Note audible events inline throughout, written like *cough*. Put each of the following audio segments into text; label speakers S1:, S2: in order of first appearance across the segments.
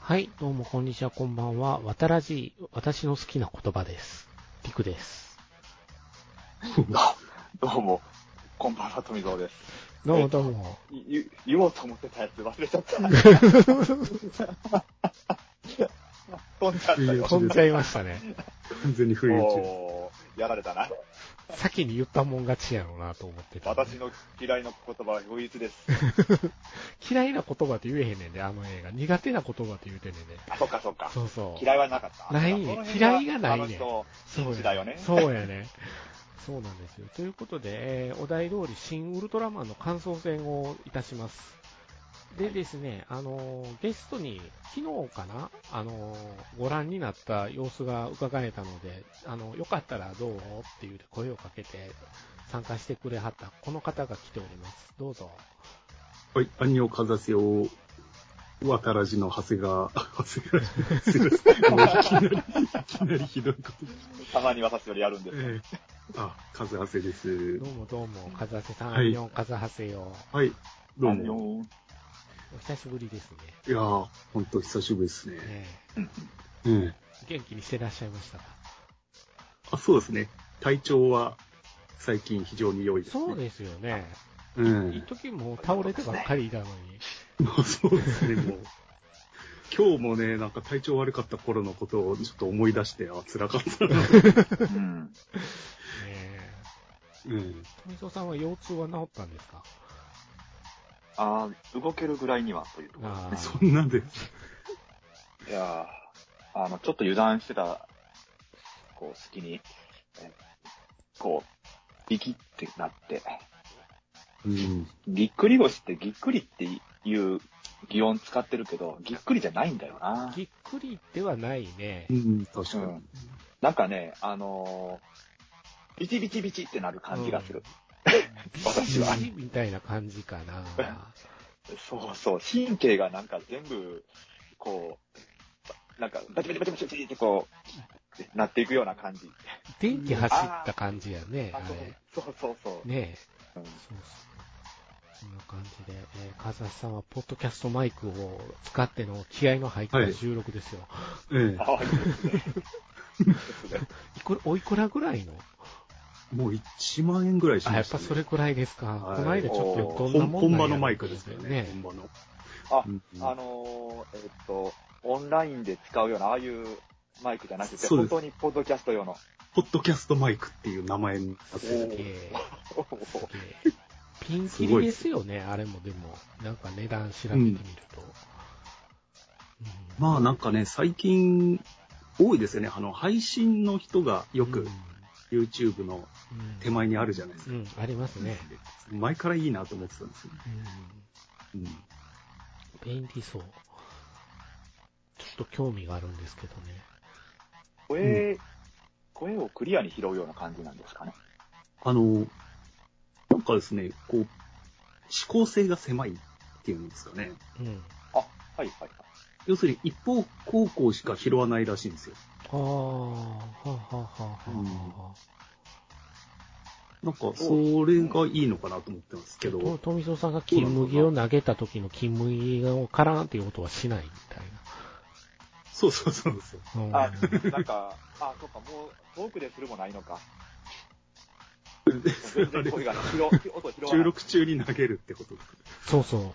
S1: はい、どうも、こんにちは、こんばんは。わたらじい、私の好きな言葉です。りくです。
S2: どうも、こんばんは、富蔵です。
S1: どうもどうも。
S2: い言言おうと思ってたやつ忘れちゃった。飛んじゃったよ。
S1: 飛んじゃいましたね。
S3: 完全に不意打ちです。
S2: おーやられたな。
S1: *laughs* 先に言ったもん勝ちやろうなと思ってた。
S2: 私の嫌いな言葉は唯一です。
S1: *laughs* 嫌いな言葉って言えへんねんで、あの映画。苦手な言葉って言うてんねんね。
S2: あ、そっかそっか。
S1: そうそう。
S2: 嫌いはなかった。
S1: ない
S2: その辺
S1: 嫌いがないね
S2: あの人、
S1: そう
S2: 禁止だよね
S1: そうやね。 *laughs* そうなんですよ。ということで、えーお題通り、新ウルトラマンの感想戦をいたします。でですね、あのーゲストに、昨日かなあのーご覧になった様子が伺えたので、あの、よかったらどうって言うて声をかけて参加してくれはった、この方が来ております。どうぞ。
S3: はい、アニオカザセを、渡らじの長谷川、 *laughs* 長谷川じゃないすいません。もういきなり、いきなりひどいこと。
S2: たまに私よりやるんです。
S3: ええあ、カズハセです
S1: どう。もどうも、風瀬さん、
S3: はい
S1: 日本風はせよ。
S3: はい、どう
S2: あ
S3: も。
S2: のー
S1: お久しぶりですね。
S3: いやー、ほんと久しぶりですね。
S1: ね
S3: ええ
S1: え元気にしてらっしゃいましたか
S3: あ、そうですね。体調は最近非常に良いですね。
S1: そうですよね。
S3: す。うん
S1: 一。時もう倒れてばっかりいたのに。
S3: もう *laughs* そうですね、もう。今日もね、なんか体調悪かった頃のことをちょっと思い出して、あ、辛かった
S2: う
S3: な。
S2: ん
S1: ねえ
S3: うん。
S1: 富蔵さんは腰痛は治ったんですか
S2: あー動けるぐらいにはというところ
S1: ああ、
S3: *laughs* そんなんで、
S2: いやーあの、ちょっと油断してた、こう、隙に、えこう、ビキってなって、
S3: うん。
S2: ぎっくり腰ってぎっくりっていう擬音使ってるけど、ぎっくりじゃないんだよな。
S1: ぎっくりではないね
S3: う。ん、確か
S2: う
S3: に。
S2: ん。なんかね、あのービチビチビチってなる感じがする。私は
S1: ビシみたいな感じかな。
S2: そうそう、神経がなんか全部、こう、なんか、バチバチバチバチバチってこう、なっていくような感じ。
S1: 電気走った感じやね。あ
S2: あ
S1: れ
S2: そうそうそうそう。
S1: ねえ。
S2: うん
S1: そうそうそんな感じで、えー、川崎さんはポッドキャストマイクを使っての気合の入った収録ですよ。
S3: え
S2: ああ、いいですね。ですね
S1: い、くらおいくらぐらいの
S3: え、もう1万円ぐらいし
S1: あ、や
S3: ま
S1: っ
S3: し
S1: ぱ
S3: た、ね。
S1: それくらいですか。
S3: はい
S1: この間ちょっとどんな
S3: 本
S1: もん
S3: 本
S1: なんやろ
S3: 場のマイクですよね。本場の。
S2: あ
S3: う、ん
S2: あのーえっと、オンラインで使うような、ああいうマイクじゃなくて、
S3: そう
S2: 本
S3: です
S2: 当にポッドキャスト用の。 *laughs*
S3: ポッドキャストマイクっていう名前になって
S2: おー
S3: る
S1: すげえ
S2: おー
S1: すげえピンキリですよね、あれもでも。なんか値段調べてみると。
S3: まあなんかね、最近多いですよね。あの、配信の人が
S1: あ
S3: よく YouTube の手前にあるじゃないです
S1: う
S3: か。
S1: ん、ありますね。
S3: 前からいいなと思ってたんですよね。うん
S1: うん、便利そう。ちょっと興味があるんですけどね。
S2: 声、声をクリアに拾うような感じなんですかね。
S3: あの、なんかですね、こう、思考性が狭いっていうんですかね。
S1: うん。
S2: あ、はいはいはい。
S3: 要するに一方方向しか拾わないらしいんですよ。
S1: ああ、はあ、はあはあはあはあ。
S3: なんか、それがいいのかなと思ってますけど。
S1: と富蔵さんが金麦を投げた時の金麦をカラーンっていう音はしないみたい
S3: そうそうそうそ
S1: *laughs* な。
S3: う。
S1: うん
S2: あ、なんか、あ、そうか、もう遠くでするもないのか。全然声が拾う、音拾わない。
S3: 16中に投げるってことですか、
S1: そうそう。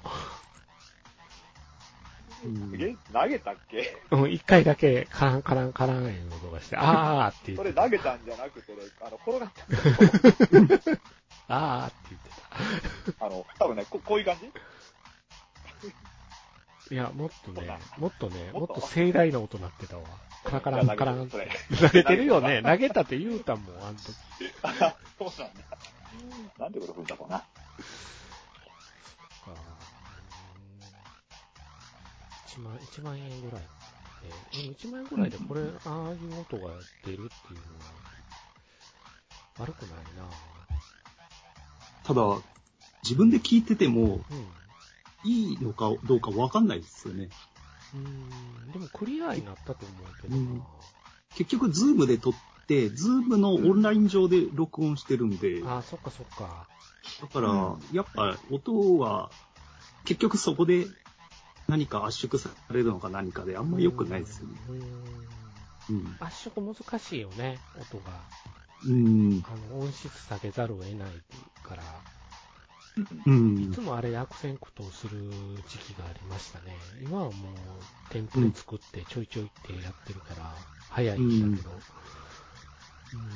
S2: え投げたっけ
S1: うん、一回だけ、カランカランカランいう音がして、あーって言って
S2: そ
S1: た
S2: れ投げたんじゃなくて、あの、転がっ
S1: あーって言って
S2: た。あの、多分ね、ここういう感じ
S1: た。いや、もっとね、もっとね、も
S2: も
S1: っ
S2: っと
S1: と盛大な音なってたわ。カランカランカランっ
S2: そ
S1: て。
S2: れ。 *laughs*
S1: 投げてるよね。投げたって言うたもん、あの時。
S2: あそうなんだ。なんてことするんだろうな。
S1: か。1万、1万円ぐらい。えー、でも1万円ぐらいでこれ、ああいう音が出るっていうのは、悪くないな
S3: ただ、自分で聞いてても、
S1: う
S3: いいのかどうかわかんないですよね。
S1: ん。うん。でもクリアになったと思うけどな、
S3: うん結局、ズームで撮って、ズームのオンライン上で録音してるんで、だ
S1: ああ、そっかそっか。
S3: から、やっぱ音は、結局そこで何か圧縮されるのか何かで、あんまり良くないですよね。
S1: うん
S3: うん。
S1: 圧縮難しいよね、音が。
S3: うん。
S1: あの、音質下げざるを得ないから。
S2: うん
S3: う
S1: い
S3: ん
S1: つ。もあれ悪戦苦闘する時期がありましたね。今はもう、テンプレ作ってちょいちょいってやってるから、早いんだけど。うん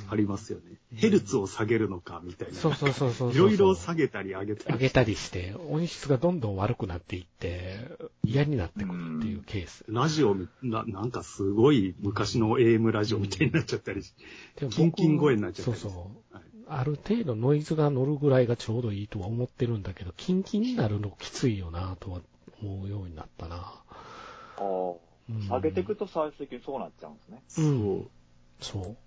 S3: ありますよね。ヘルツを下げるのか、みたいな。
S1: そうそうそうそうそう。
S3: いろいろ下げたり上げた
S1: 上
S3: り。
S1: げたりして、音質がどんどん悪くなっていって、嫌になってくるっていうケース。
S3: ラジオみ、な、なんかすごい昔の AM ラジオみたいになっちゃったりし
S1: でも僕
S3: キンキン声になっちゃった
S1: そ
S3: り
S1: う
S3: す
S1: そう
S3: はい。
S1: ある程度ノイズが乗るぐらいがちょうどいいとは思ってるんだけど、キンキンになるのきついよなとは思うようになったな。
S2: あー
S1: うん
S2: 下げていくと最終的にそうなっちゃうんですね。
S1: うん
S3: そう
S1: そう。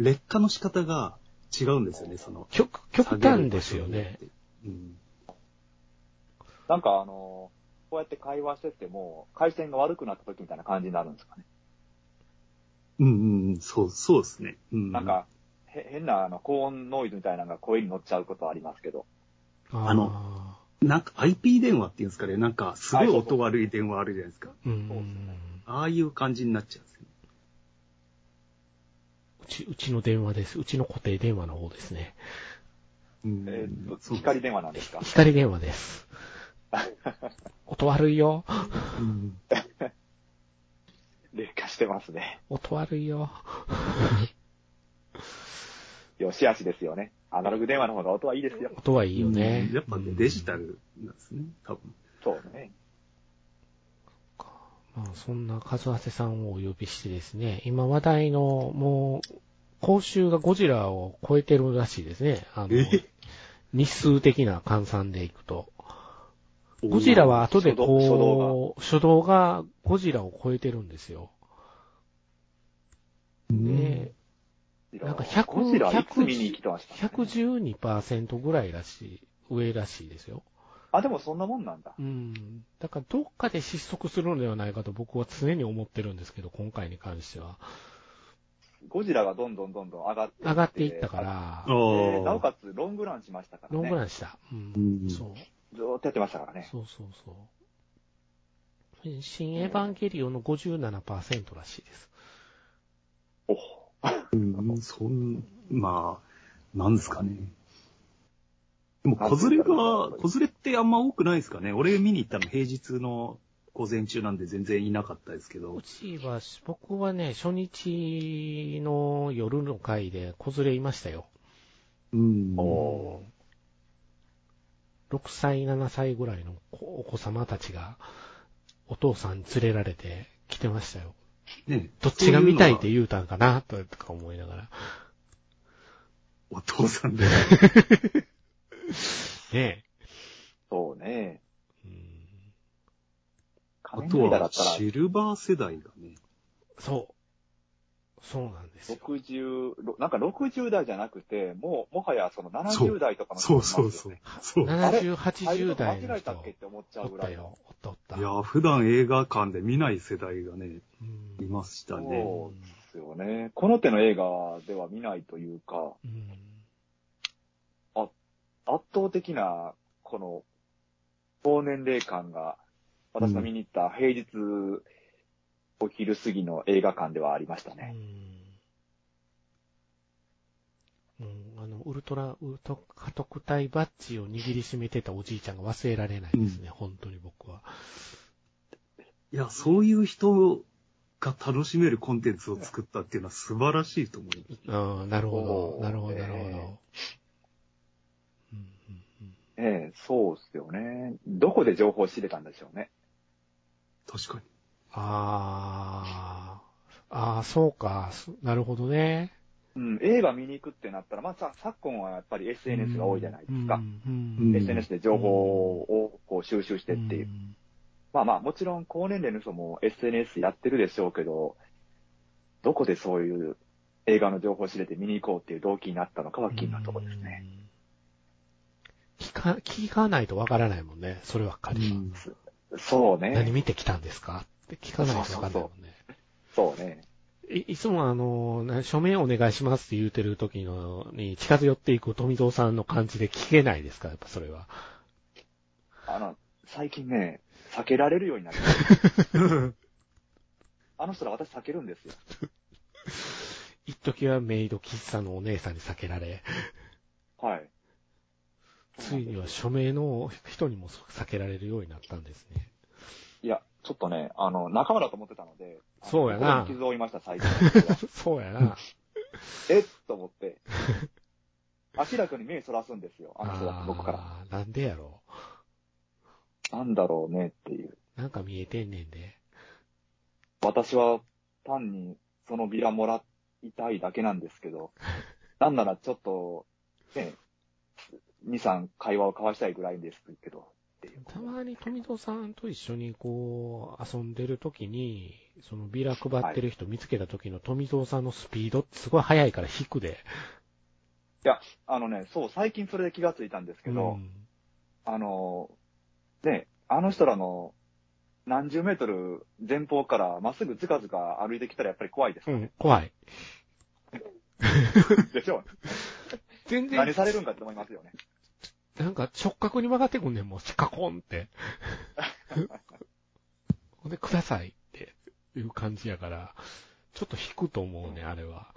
S3: 劣化の仕方が違うんですよね、その。
S1: 極、極端ですよね。
S3: うん。
S2: なんかあのーこうやって会話してても、回線が悪くなった時みたいな感じになるんですかね。
S3: うんうんうん、そう、そうですね。うん。
S2: なん、か、へ変なあの高音ノイズみたいなのが声に乗っちゃうことはありますけど。
S1: あ
S3: あのなんか IP 電話っていうんですかね、なんかすごい音悪い電話あるじゃないですか。
S1: ー、う
S2: そうです
S1: ん
S2: ね。
S3: ああいう感じになっちゃうんですよね。
S1: うち、うちの電話です。うちの固定電話の方ですね。
S3: うん
S2: えーっと、
S3: そう
S2: 光電話なんですか
S1: 光電話です。
S2: *laughs*
S1: 音悪いよ。
S3: うん
S2: 劣化してますね。
S1: 音悪いよ。
S2: よしあしですよね。アナログ電話の方が音はいいですよ。
S1: 音はいいよね。
S3: やっぱね、デジタルなんですね、多分。
S2: そうね。
S1: まあ、そんなカズハセさんをお呼びしてですね、今話題のもう、講習がゴジラを超えてるらしいですね。あの
S3: え、
S1: 日数的な換算でいくと。ゴジラは後でこう、初動がゴジラを超えてるんですよ。で、なんか100
S2: ゴジラいつ見に来てました、
S1: 112%ぐらいらしい、上らしいですよ。
S2: あ、でもそんなもんなんだ。
S1: うん。だからどっかで失速するのではないかと僕は常に思ってるんですけど、今回に関しては。
S2: ゴジラがどんどんどんどん上がって
S1: 上がっていったか
S2: あ
S1: ら、
S3: ああ
S2: でなおかつロングランしましたからね。
S1: ロングランした。うん。
S3: うん
S1: そう。
S2: ずーっとやってましたからね。
S1: そうそうそう。新エヴァンゲリオンの57%らしいです。
S2: お
S3: うん、そん、まあ、なんですかね。でも、子連れが、子連れってあんま多くないですかね。俺見に行ったの平日の午前中なんで全然いなかったですけど
S1: う。ちは、僕はね、初日の夜の回で子連れいましたよ。
S3: うん。
S2: お
S1: 6歳、7歳ぐらいのお子様たちが、お父さんに連れられて来てましたよ。
S3: ね、
S1: どっちが見たいっ
S3: そう
S1: て
S3: う
S1: 言うたんかな、とか思いながら。
S3: のがお父さんで。
S1: ね
S2: そうね。
S1: え。うん
S3: あ
S2: 仮面
S3: と
S2: ライダーだ
S3: は
S2: ったら、
S3: シルバー世代がね。
S1: そう。そうなんですよ。
S2: 60、なんか60代じゃなくて、もう、もはやその
S3: そ
S2: 70
S3: う
S2: 代とかの人
S3: そうそう
S2: います
S3: そ
S2: よ
S3: う
S2: ね。。
S3: そう。い
S2: あれ
S1: 70、80代
S2: 間
S1: の
S2: 違えたっ
S1: 人
S2: けっ。て思っちゃ
S1: お
S2: うぐ
S1: っ
S2: ら
S1: た
S2: いの。
S1: よ。おったおった。
S3: や、普段映画館で見ない世代がね、
S1: うん
S3: いましたね。
S2: そうですよね。この手の映画では見ないというか、
S1: うん
S2: 圧倒的な、この、高年齢感が、私が見に行った平日、お昼過ぎの映画館ではありましたね。
S1: うんうんあの、ウルトラ、ウルト家督隊バッジを握りしめてたおじいちゃんが忘れられないですね、本当に僕は。
S3: いや、そういう人が楽しめるコンテンツを作ったっていうのは素晴らしいと思う。
S1: うん、なるほど、
S2: おー
S1: なるほど、なるほど。
S2: ええ
S1: うんうんうん
S2: ええ、そうっすよね。どこで情報を仕入れたんでしょうね。
S3: 確かに。
S1: あー、あー、そうか、そなるほどね。
S2: うん、映画見に行くってなったら、まあ、さ昨今はやっぱり SNS が多いじゃないです
S1: う
S2: か。
S1: ん
S3: うん
S2: SNS で情報をこう収集してっていう。
S1: ん
S2: まあまあ、もちろん高年齢の人も SNS やってるでしょうけど、どこでそういう映画の情報を知れて見に行こうっていう動機になったのかは気になるところですね。
S1: うん。聞か、聞かないとわからないもんね、そればっかりは。
S3: うん
S2: そう
S1: 何
S2: ね。
S1: 見てきたんですかって聞かないとわかんないもんね。
S2: そうね。
S1: いいつもあの、な署名お願いしますって言うてる時のに近づ寄っていく富蔵さんの感じで聞けないですかやっぱそれは。
S2: あの、最近ね、避けられるよう
S1: *laughs*
S2: になりましたあの人ら私避けるんですよ。
S1: 一時はメイド喫茶のお姉さんに避けられ、
S2: はい。
S1: ついには署名の人にも避けられるようになったんですね。
S2: いや、ちょっとね、あの、仲間だと思ってたので、あの
S1: そうやな
S2: 心に傷を負いました、最初。
S1: そうやな。
S2: えっと思って。明らかに目そらすんですよ、あの人だって僕から。
S1: あーなんでやろ
S2: なんだろうねっていう。
S1: う。なんか見えてんねんで。
S2: 私は単にそのビラもらいたいだけなんです
S1: *laughs*
S2: けど、なんならちょっと、ね、2、3会話を交わしたいぐらいですけど、っていう。
S1: たまに富蔵さんと一緒にこう、遊んでる時に、そのビラ配ってる人見つけた時の富蔵さんのスピードってすごい速いから引くで。
S2: あのね、そう、最近それで気がついたんですけ
S1: う
S2: ど、
S1: ん
S2: あの、ね、あの人らの何十メートル前方からまっすぐずかずか歩いてきたらやっぱり怖いです
S1: う
S2: よ
S1: ん
S2: ね。、
S1: 怖い。*laughs*
S2: でしょ
S1: 全然
S2: 何、されるんかって思いますよね。
S1: なんか直角に曲がってくんねん、もう、カコンって。 *laughs* ほんで、くださいっていう感じやから、ちょっと引くと思うね、あれは。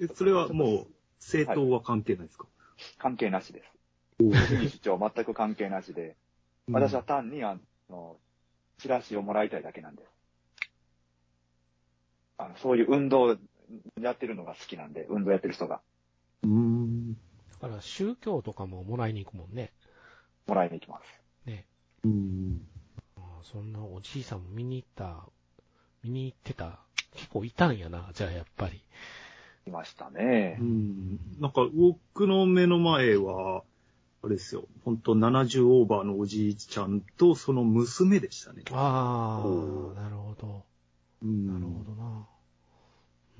S3: えそれはもう、政党は関係ないですか、
S2: 関係なしです。
S3: おー
S2: 主義主張全く関係なしで、私は単に、あの、チラシをもらいたいだけなんです。あのそういう運動をやってるのが好きなんで、運動やってる人が
S3: うん。
S1: だから、宗教とかももらいに行くもんね。
S2: もらいに行きます。
S3: うん。
S1: ああそんなおじいさんも見に行った、見に行ってた、結構いたんやな、じゃあやっぱり。
S2: いましたね
S3: う。ん。なんか、僕の目の前は、あれですよ。本当70オーバーのおじいちゃんと、その娘でしたね。
S1: あ
S3: おう
S1: あ、なるほど。
S3: うん
S1: なるほどな。
S3: ん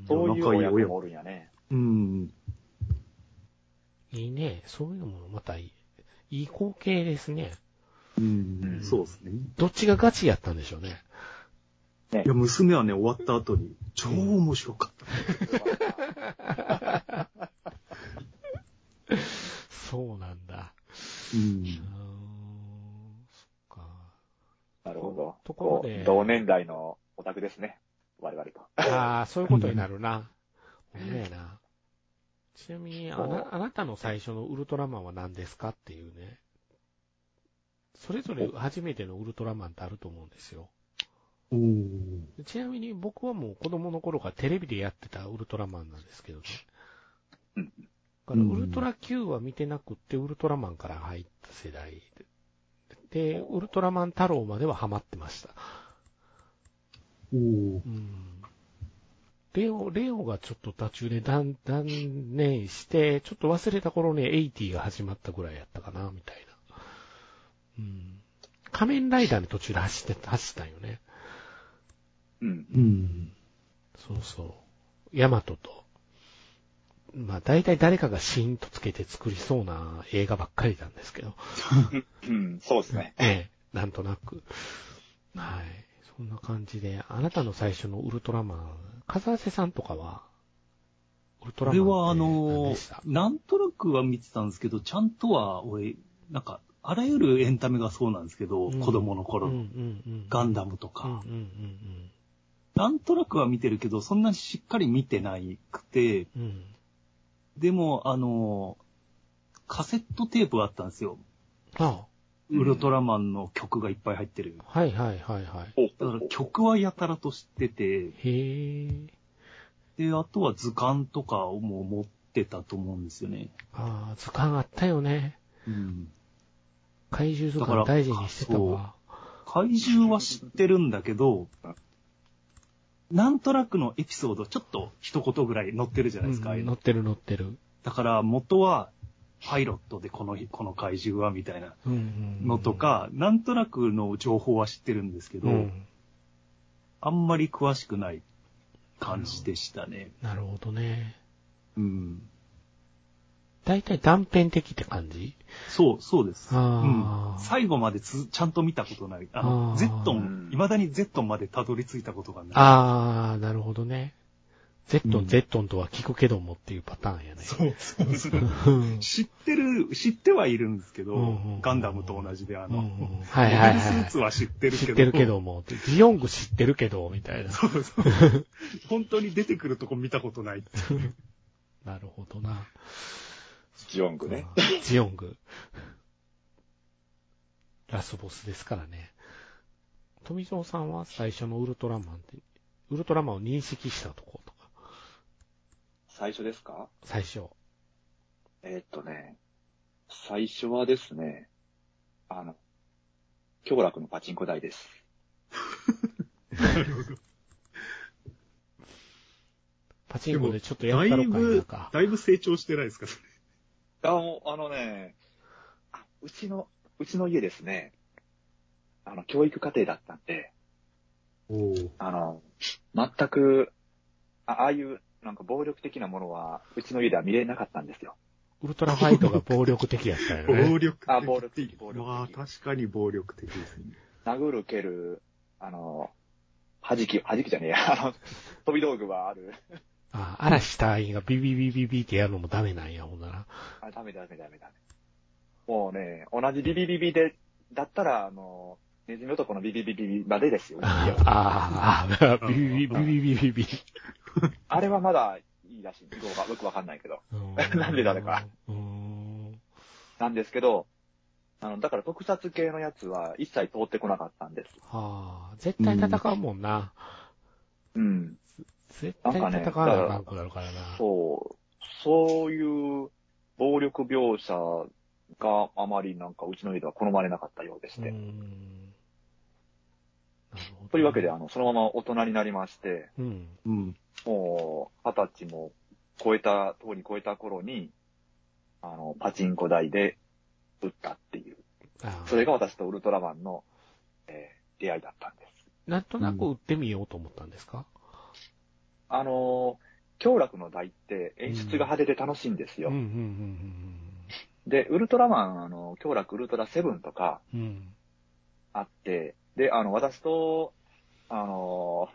S2: そういう親
S3: 仲いい親
S2: 子
S3: 子
S2: もおるん
S1: *laughs*
S2: やね。
S3: うん。
S1: いいね。そういうのもまたいい、いい光景ですね。
S3: うん。そうですね。
S1: どっちがガチやったんでしょうね。
S3: いや、娘はね、終わった後に、超面白かった。
S1: そうなんだ。
S3: うん
S1: うーん、そっ
S2: *laughs*
S1: か。
S2: なるほど。
S1: ところで
S2: う同年代のオタクですね。我々と。
S1: ああ、そういうことになるな。ほんまやな。ちなみにあな、あなたの最初のウルトラマンは何ですかっていうね。それぞれ初めてのウルトラマンってあると思うんですよ。
S3: おー
S1: ちなみに僕はもう子供の頃からテレビでやってたウルトラマンなんですけどね。
S2: うん
S1: だからウルトラ Q は見てなくってウルトラマンから入った世代で、でウルトラマン太郎まではハマってました。
S3: お
S1: う
S3: ー
S1: んレオ、レオがちょっと途中で断断念して、ちょっと忘れた頃に80が始まったぐらいやったかな、みたいな。うん。仮面ライダーの途中で走って、走ったんよね。
S2: うん。
S3: うん。
S1: そうそう。ヤマトと。まあ、大体誰かがシーンとつけて作りそうな映画ばっかりなんですけど。
S2: うん、そうですね。
S1: ええ、なんとなく。はい。そんな感じで、あなたの最初のウルトラマン、風瀬さんとかは、ウルト
S3: こ
S1: ラマン
S3: れ
S1: って
S3: は、あ
S1: 何
S3: の
S1: でした、
S3: なんとなくは見てたんですけど、ちゃんとは、俺、なんか、あらゆるエンタメがそうなんですけど、
S1: うん
S3: 子供の
S1: うんう
S3: 頃、
S1: んうん。
S3: ガンダムと
S1: うんうん
S3: か、
S1: うん
S3: なんとなくは見てるけど、そんなにしっかり見てないくて、
S1: うん。うん。
S3: でも、あの、カセットテープがあったんですよ。
S1: あ
S3: ウルトラマンの曲がいっぱい入ってる。
S1: あ、はいはいはいはい。
S2: お
S3: だから曲はやたらと知ってて、
S1: へえ。
S3: で、あとは図鑑とかをもう持ってたと思うんですよね。
S1: ああ、図鑑あったよね。
S3: うん。
S1: 怪獣図
S3: だから
S1: 鑑大事にしてたわ。
S3: 怪獣は知ってるんだけど、なんとなくのエピソード、ちょっと一言ぐらい載ってるじゃないですか、ああ
S1: う
S3: いうんの
S1: 乗ってる乗ってる。
S3: だから元は、パイロットでこの日、この怪獣はみたいな
S1: うんうんうん
S3: のと、か、なんとなくの情報は知ってるんですけど、
S1: うん。
S3: あんまり詳しくない感じでしたね。
S1: なるほどね。
S3: うん。
S1: 大体断片的って感じ
S3: そう、そうです。うん
S1: あー。
S3: 最後までつ、ちゃんと見たことない。あの、
S1: あー
S3: ゼットン、未だにゼットンまでたどり着いたことがない。
S1: ああ、なるほどね。ゼットン、ゼットンとは聞くけどもっていうパターンやね。
S3: そうそうそう。
S1: うん
S3: 知ってる、知ってはいるんですけど、
S1: うんうんうん
S3: ガンダムと同じで、あ
S1: うん
S3: の、
S1: うんはいはい
S3: モビルス
S1: は
S3: ーツは知って
S1: い。
S3: るけど。
S1: 知ってるけども、ディヨング知ってるけど、みたいな。
S3: *laughs* そうそう。本当に出てくるとこ見たことないっていう。
S1: なるほどな。
S2: ジオングね。
S1: ジヨング。ラスボスですからね。富蔵さんは最初のウルトラマンって、ウルトラマンを認識したとことか、
S2: 最初ですか
S1: 最初。
S2: えーっとね、最初はですね、あの、京楽のパチンコ台です。
S3: *laughs*
S1: パチンコでちょっとやったろかいなか。
S3: だいぶ成長してないですか、それ
S2: あ、もう、あのね、あうちの、うちの家ですね、あの、教育課程だったんで、
S3: おー
S2: あの、全く、あああいう、なんか暴力的なものは、うちの家では見れなかったんですよ。
S1: ウルトラファイトが暴力的やったよ *laughs* ね。
S3: 暴力的。
S2: あ暴力的暴力的
S3: まあ、確かに暴力的ですね。
S2: 殴る、蹴る、あの、弾き、弾きじゃねえや、あの、飛び道具はある。
S1: あ嵐隊員がビビビビビってやるのもダメなんや、ほんなら。
S2: あ、ダメダメダメダメ。もうね、同じビビビビで、だったら、あの、ネズミ男のビビビビビまでで
S1: *laughs*
S2: すよ。
S1: あーあー、ビビビビビビビビ。
S2: あれはまだいいらしい。よくわよくわかんないけど。
S1: うん
S2: *laughs* なんで誰か。
S1: うん
S2: なんですけど、あの、だから特撮系のやつは一切通ってこなかったんです。
S1: はあ、絶対戦うもんな。
S2: うん。
S1: 絶対戦わなあかんくなるからな。
S2: そう。そういう暴力描写があまりなんかうちの家では好まれなかったようでし
S1: う
S2: て。
S1: ーんなるほど
S2: というわけで、あの、そのまま大人になりまして、
S1: うん。
S3: うん。
S2: もう、二十歳も超えた、とうに超えた頃に、あの、パチンコ台で打ったっていう。
S1: あー
S2: それが私とウルトラマンの、えー出会いだったんです。
S1: なんとなく売ってみようと思ったんですか、
S2: あのー、京楽の台って演出が派手で楽しいんです
S1: う
S2: よ。
S1: ん、うん、うん
S2: で、ウルトラマン、あの、京楽ウルトラセブンとか
S1: うんうん。うん。
S2: あって、で、あの、私と、あの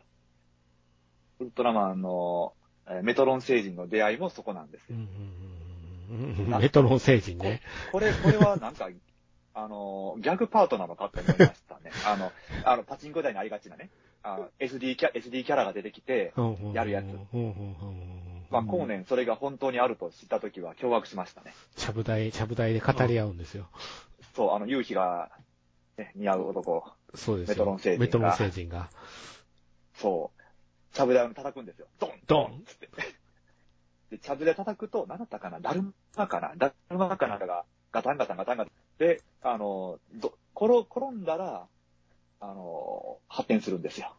S2: ー、ウルトラマンの、えーメトロン星人の出会いもそこなんです
S1: う
S2: よ。
S1: んうんうんうんうんメトロン星人ね。
S2: これ、これはなんか、あの、ギャグパートなのかって思いましたね。あの、あの、パチンコ台にありがちなね、あの SD キャ、SD キャラが出てきて、やるやつまあ、後年それが本当にあると知ったときは驚愕しましたね。
S1: ちゃぶ台、ちゃぶ台で語り合うんですよ。
S2: そう、あの、夕日が、ね、似合う男、
S1: そうですよ。
S2: メトロン星人が
S1: メトロン星人が。
S2: そう、チャブ台を叩くんですよ。ドン
S1: ドン
S2: つって。で、チャブで叩くと、何だったかなだるまかなだるまかなんかが、ガタンガタンガタンガタン。で、あの、ど転転んだら、あの、発展するんですよ。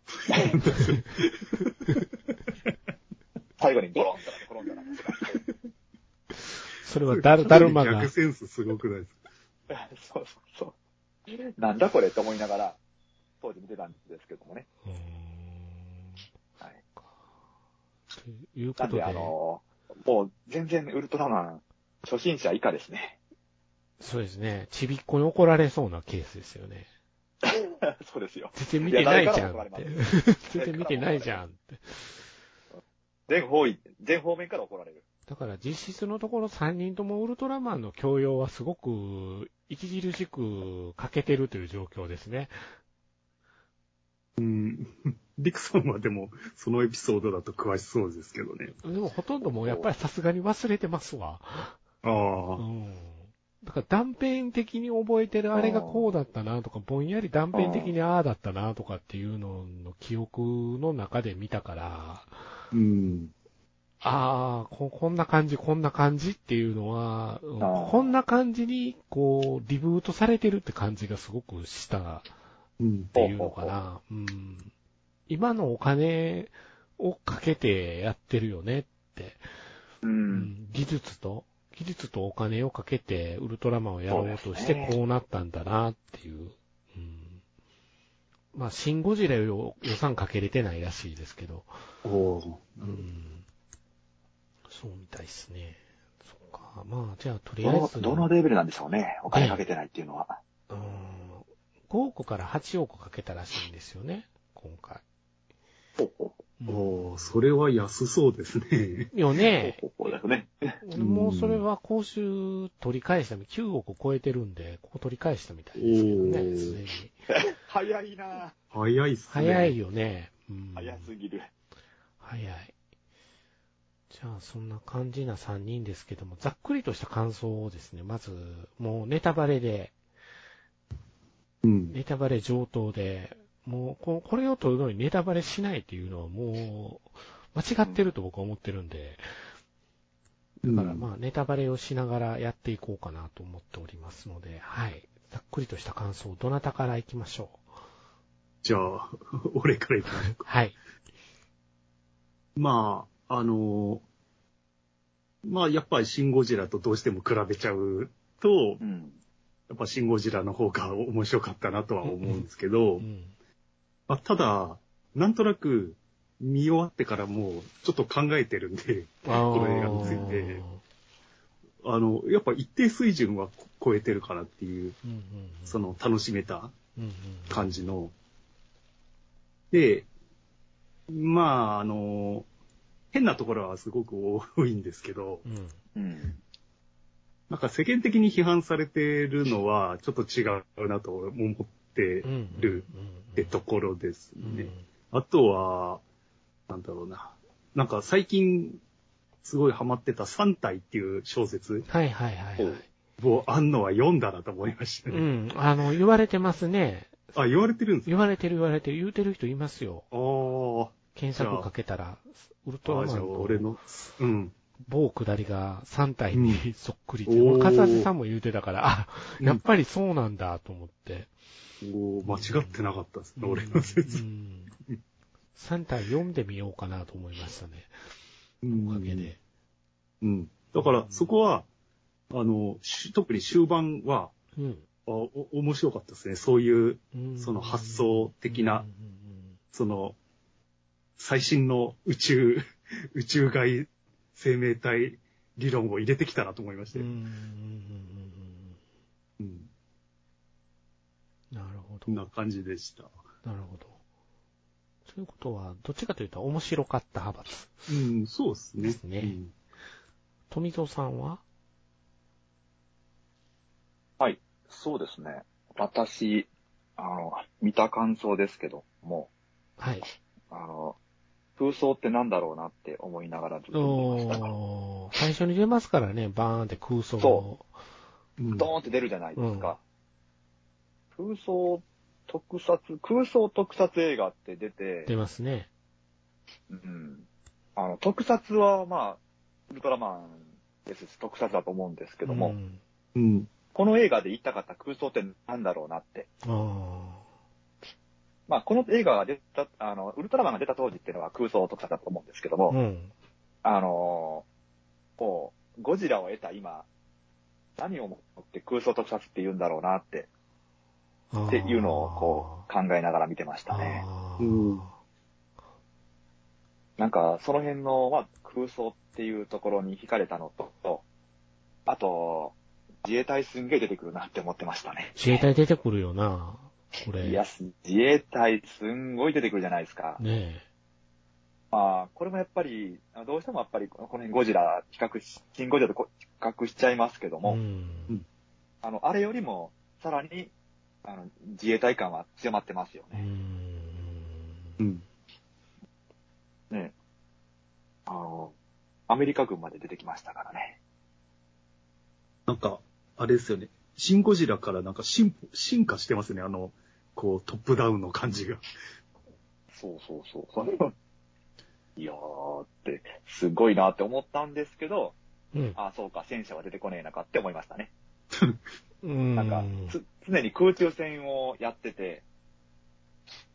S2: 最後にゴロンと転んだら、
S1: *laughs* それはだる、だるまが
S3: 逆。センスすごくないですか
S2: *laughs* そうそうそう。なんだこれって思いながら、当時見てたんですけどもね。
S1: うーん
S2: はい
S1: というこ
S2: なん
S1: とで
S2: で、、あの、もう全然ウルトラマン、初心者以下ですね。 *laughs*
S1: そうですね。ちびっこに怒られそうなケースですよね。
S2: そうですよ。
S1: 全然見てないじゃん
S2: いや
S1: っ
S2: 誰か
S1: て
S2: ら。
S1: *laughs* 全然見てないじゃんって。
S2: 全方位、全方面から怒られる。
S1: だから実質のところ3人ともウルトラマンの教養はすごく著しく欠けてるという状況ですね。
S3: うん。 *laughs* リクさんはでも、そのエピソードだと詳しそうですけどね。
S1: でもほとんどもうやっぱりさすがに忘れてますわ。う
S3: ああ。
S1: ん。だから断片的に覚えてるあれがこうだったなとか、ぼんやり断片的にああだったなとかっていうのの記憶の中で見たから、
S3: うん。
S1: ああ、ここんな感じ、こんな感じっていうのは、うん
S2: あー
S1: こんな感じに、こう、リブートされてるって感じがすごくした
S3: うん
S1: っ。ていうのかな。うん、今のお金をかけてやってるよねって、
S2: う。
S1: うんん、技術と、技術とお金をかけてウルトラマンをやろうとして
S2: そうですね
S1: こうなったんだなっていう。うん、まあ、シン・ゴジラより予算かけれてないらしいですけど。
S3: おお
S1: うんそうみたいですね。そっか。まあ、じゃあ、とり
S2: ど
S1: あえ
S2: の
S1: ず、、
S2: どのレベルなんでしょうね。お金かけてないっていうのは。
S1: うん、5億から8億かけたらしいんですよね、今回。
S2: ほうほう
S1: う
S3: おーそれは安そうですね。
S1: よね。
S2: 方法だよね。
S1: 俺もうそれは公衆取り返したみ、9億を超えてるんで、ここ取り返したみたいですけど
S3: お
S1: ね、
S3: ー
S1: すでに。
S2: 早いな
S3: 早いっすね。
S1: 早いよね。うん、
S2: 早すぎる。
S1: 早い。じゃあ、そんな感じな3人ですけども、ざっくりとした感想をですね、まず、もうネタバレで、
S3: うん。
S1: ネタバレ上等で、もうこ、これを取るのにネタバレしないっていうのはもう、間違ってると僕は思ってるんで、だからまあ、ネタバレをしながらやっていこうかなと思っておりますので、はい。ざっくりとした感想、どなたから行きましょ
S3: じゃあ、 *laughs* 俺から行きましょう
S1: う。
S3: か。
S1: はい。
S3: まあ、あの、まあ、やっぱりシン・ゴジラとどうしても比べちゃうと
S2: う、ん。
S3: やっぱシン・ゴジラの方が面白かったなとは思うんですけど、
S1: うん。
S3: まあ、ただ、なんとなく見終わってからもうちょっと考えてるんで、この映画について、あの、やっぱ一定水準はこ超えてるかなっていう、
S1: うんうんうん、
S3: その楽しめた
S1: うんうん
S3: 感じの。で、まあ、あの、変なところはすごく多いんですけど、
S1: うん、うん。
S2: うん。
S3: なんか世間的に批判されてるのはちょっと違うなと思ってるってところですね。あとは、なんだろうな。なんか最近、すごいハマってた三体っていう小説
S1: はいはいはい、はい。
S3: をあんのは読んだなと思いました
S1: う
S3: ね。
S1: ん。あの、言われてますね。
S3: あ、言われてるんです
S1: 言われてる言われてる。言うてる人いますよ。
S3: あー
S1: 検索かけたら、ウルト
S3: あ
S1: ラ
S3: ー、
S1: マ
S3: じゃ
S1: ン
S3: あ俺
S1: の
S3: の、うん。
S1: 某下りが3体に、
S3: う
S1: そっくり
S3: お
S1: で。
S3: ー
S1: 笠瀬さんも言うてたから、あ、
S3: うん
S1: やっぱりそうなんだと思って。
S3: おー間違ってなかったですね、俺
S1: う
S3: の説。
S1: ん。3体読んでみようかなと思いましたね。おかげで。
S3: うん。だから、そこは、あの、し特に終盤は、
S1: うん。
S3: あお面白かったですね。そういう、
S1: うん
S3: その発想的な
S1: うん
S3: その、最新の宇宙、 *laughs* 宇宙外生命体理論を入れてきたなと思いまし
S1: う
S3: た
S1: んうんうんうん
S3: よ。
S1: うん
S3: うん。
S1: うんなるほ
S3: そ
S1: ど
S3: ん。な感じでした。
S1: なるほど。ということは、どっちかというと面白かった派閥。
S3: うん、そうですね。
S1: ですね
S3: うん
S1: 富蔵さんは
S2: そうですね。私、あの、見た感想ですけど、も
S1: はい。
S2: う、あの、空想ってなんだろうなって思いながらずっと見てましたから。
S1: おー最初に出ますからね、バーンって空想
S2: そ
S3: うん
S2: ドーンって出るじゃないですか。空想特撮、空想特撮映画って出て、
S1: 出ますね。
S2: うん。あの、特撮は、まあ、ウルトラマンですし、特撮だと思うんですけども、
S1: うん
S3: うん。
S2: この映画で言いたかった空想ってなんだろうなって。
S1: あー
S2: まあ、この映画が出た、あの、ウルトラマンが出た当時っていうのは空想特撮だと思うんですけども、
S1: うん。
S2: あのーこう、ゴジラを得た今、何をもって空想特撮って言うんだろうなって、
S1: あー
S2: っていうのをこう、考えながら見てましたね。
S1: あ
S3: うん
S1: ー
S2: なんか、その辺の、まあ、空想っていうところに惹かれたのと、あと、自衛隊すんげえ出てくるなって思ってましたね。
S1: 自衛隊出てくるよな、これ。
S2: いや、自衛隊すんごい出てくるじゃないですか。
S1: ね
S2: まあ、これもやっぱり、どうしてもやっぱり、この辺ゴジラ、比較し、新ゴジラとこ比較しちゃいますけど
S1: え。う
S2: も、
S1: ん。
S2: あの、あれよりも、さらに、あの、自衛隊感は強まってますよ
S1: う
S2: ね。
S1: ん
S3: うん。
S2: ねあの、アメリカ軍まで出てきましたからね。
S3: なんか、あれですよね。シンゴジラからなんか進歩、進化してますね。あの、こう、トップダウンの感じが。
S2: そうそうそうそう。 *laughs* いやーって、すごいなって思ったんですけど、
S1: うん。
S2: あ、そうか、戦車は出てこねえなかって思いましたね。
S1: うん。
S2: なんか、つ、常に空中戦をやってて、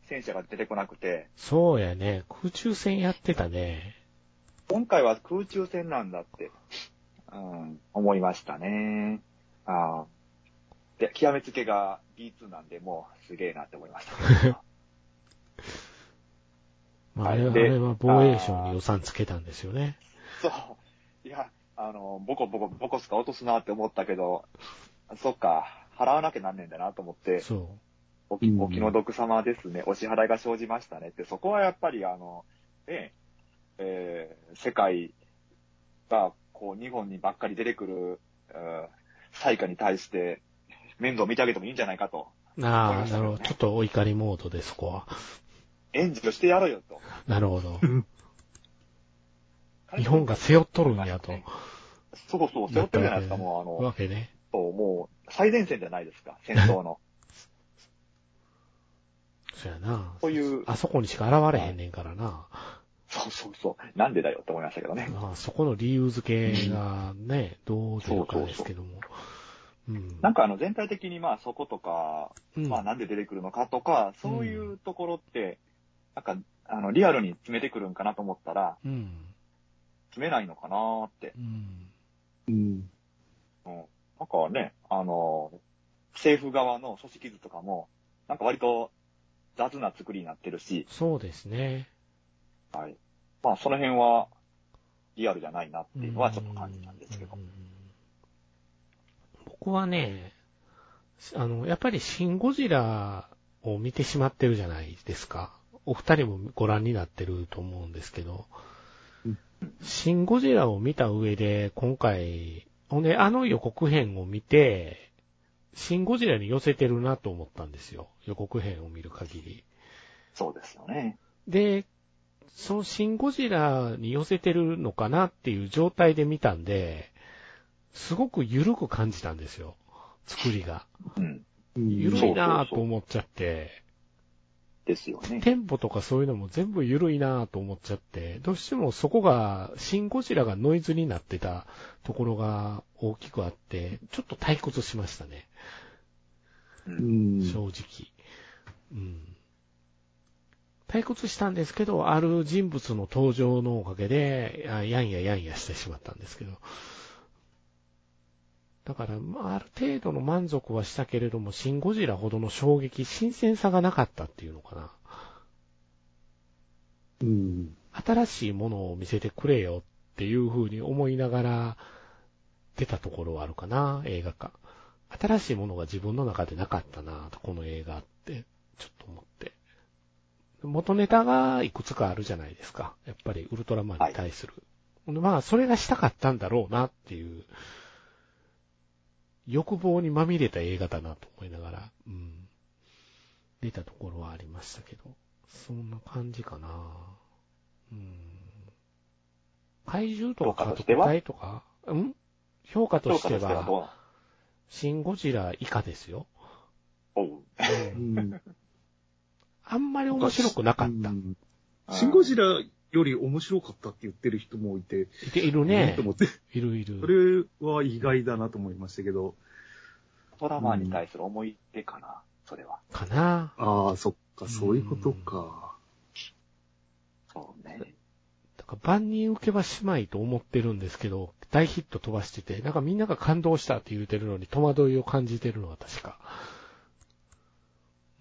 S2: 戦車が出てこなくて、
S1: そうやね。空中戦やってたね。
S2: 今回は空中戦なんだって、うん、思いましたね。あーで、極めつけが B2 なんで、もうすげえなって思いました。
S1: まあ、あ
S2: はい
S1: れはあ
S2: で
S1: れは防衛省に予算つけたんですよね。
S2: そう。いや、あの、ボコボコ、ボコスカ落とすなって思ったけど、そっか、払わなきゃなんねえんだなと思って、
S1: そ
S2: おお気の毒様ですね、お支払いが生じましたねって、そこはやっぱりあの、ね、えー世界が、こう、日本にばっかり出てくる、えー、災禍に対して、面倒を見てあげてもいいんじゃないかと。
S1: ああ、なるほど。ちょっとお怒りモードで、そこ
S2: *laughs*
S1: は。
S2: 援助してやろうよと。
S1: なるほど。日本が背負っとるんやと。
S2: そうそう、背負ってるじゃないですか、もうあの、
S1: わけね。
S2: そうもう、最前線じゃないですか、戦争の。
S1: そやな。
S2: そういう、
S1: あそこにしか現れへんねんからな。
S2: そうそうそう、なんでだよって思いましたけどね。
S1: まあ、そこの理由付けがね、どう出るかですけども。うん。
S2: なんかあの、全体的にまあ、そことか、
S1: うん、
S2: まあ、なんで出てくるのかとか、そういうところって、なんか、あの、リアルに詰めてくるんかなと思ったら、
S1: うん。
S2: 詰めないのかなーって。
S1: うん。
S3: うん。
S2: うん。なんかね、あの、政府側の組織図とかも、なんか割と雑な作りになってるし、
S1: そうですね。
S2: はい。まあ、その辺は、リアルじゃないなっていうのはちょっと感じたんですけど
S1: うん。。僕はね、あの、やっぱりシン・ゴジラを見てしまってるじゃないですか。お二人もご覧になってると思うんですけど
S3: うん、
S1: シン・ゴジラを見た上で、今回、ほんで、あの予告編を見て、シン・ゴジラに寄せてるなと思ったんですよ。予告編を見る限り。
S2: そうですよね。
S1: で、そのシン・ゴジラに寄せてるのかなっていう状態で見たんで、すごく緩く感じたんですよ。作りが。
S2: うん。
S1: 緩
S2: そ
S1: いうなぁと思っちゃって、
S2: ですよね。
S1: テンポとかそういうのも全部緩いなぁと思っちゃって、どうしてもそこが、シン・ゴジラがノイズになってたところが大きくあって、ちょっと退屈しましたね。
S2: う。
S3: うんん。
S1: 正直。うん。退屈したんですけど、ある人物の登場のおかげで、あやんややんやしてしまったんですけど。だから、まあある程度の満足はしたけれども、シン・ゴジラほどの衝撃、新鮮さがなかったっていうのかな。
S3: うん。
S1: 新しいものを見せてくれよっていうふうに思いながら出たところはあるかな、映画化。新しいものが自分の中でなかったな、この映画って、ちょっと思って。元ネタがいくつかあるじゃないですか。やっぱりウルトラマンに対する。まあ、それがしたかったんだろうなっていう、欲望にまみれた映画だなと思いながら、うん。出たところはありましたけど、そんな感じかなうん怪獣とか特
S2: 評価としては
S1: 体とか、ん評価と
S2: 評
S1: し
S2: 価
S1: て
S2: としてはどう
S1: は、
S2: なの
S1: シン・ゴジラ以下ですよ。
S2: おう
S3: うん。
S1: あんまり面白くなかった。
S3: うんシンゴジラより面白かったって言ってる人もいて、
S1: いている
S3: うん
S1: ね
S3: と。思って、
S1: いるい
S3: そ
S1: る。
S3: れは意外だなと思いましたけど、
S2: ウルトラマンに対する思い出かな、それは。
S1: かな。
S3: ああ、そっか、そういうことか。
S2: そうね。
S1: だから万人受けはしまいと思ってるんですけど、大ヒット飛ばしてて、なんかみんなが感動したって言うてるのに戸惑いを感じてるのは確か。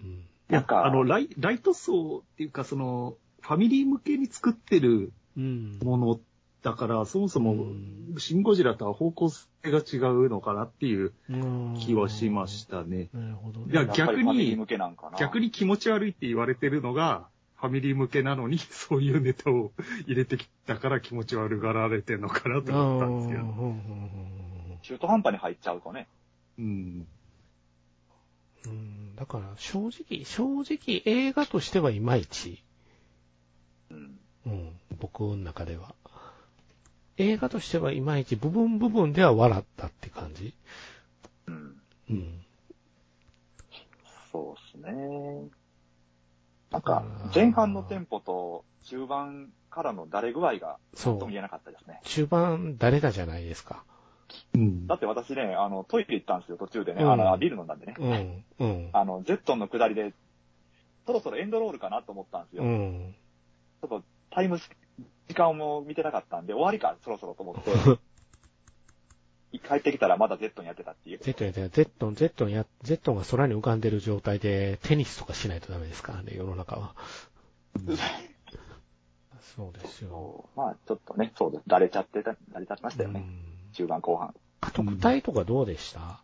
S1: うん。
S2: なんか
S3: あのライ、ライト層っていうか、その、ファミリー向けに作ってる
S1: うん。
S3: ものだから、そもそうも
S1: ん、
S3: シン・ゴジラとは方向性が違うのかなっていう気はしましたね。
S1: た。なるほどね。
S3: いや
S2: やっぱりファミリー向けなんかな。
S3: 逆に気持ち悪いって言われてるのが、ファミリー向けなのに、 *laughs* そういうネタを入れてきたから気持ち悪がられてるのかなと思ったんですけ
S1: う
S3: ど。
S1: ん
S2: 中途半端に入っちゃうとね。
S3: うん。
S1: うんうんうんうんだから、正直、正直映画としてはいまいち。
S2: うん。
S1: うん、僕の中では。映画としてはいまいち、部分部分では笑ったって感じ。
S2: うん。
S1: うん。
S2: そうですね。なんか、前半のテンポと中盤からの誰具合が、
S1: そ
S2: とも
S1: う。
S2: 言えなかったですね。
S1: 中盤、誰だじゃないですか。
S3: うん
S2: だって私ね、あの、トイレ行ったんですよ、途中でね。
S1: うん
S2: あの、ビール飲んだんでね。
S1: うん、うん、
S2: あの、ゼットンの下りで、そろそろエンドロールかなと思ったんですよ。
S1: う
S2: ち
S1: ん。
S2: ょっとタイムス、時間も見てなかったんで、終わりか、そろそろと思って、帰ってきたらまだゼットンやってたっていう。
S1: ゼットンやってないゼットン、ゼットンや、ゼットンが空に浮かんでる状態で、テニスとかしないとダメですからね、世の中
S3: *laughs*
S1: は。そうですよ。
S2: そうまあ、ちょっとね、そうです。だれちゃってた、だれちゃってましたよ
S1: う
S2: ね。
S1: ん
S2: 中盤後半。
S1: 家督隊とかどうでした、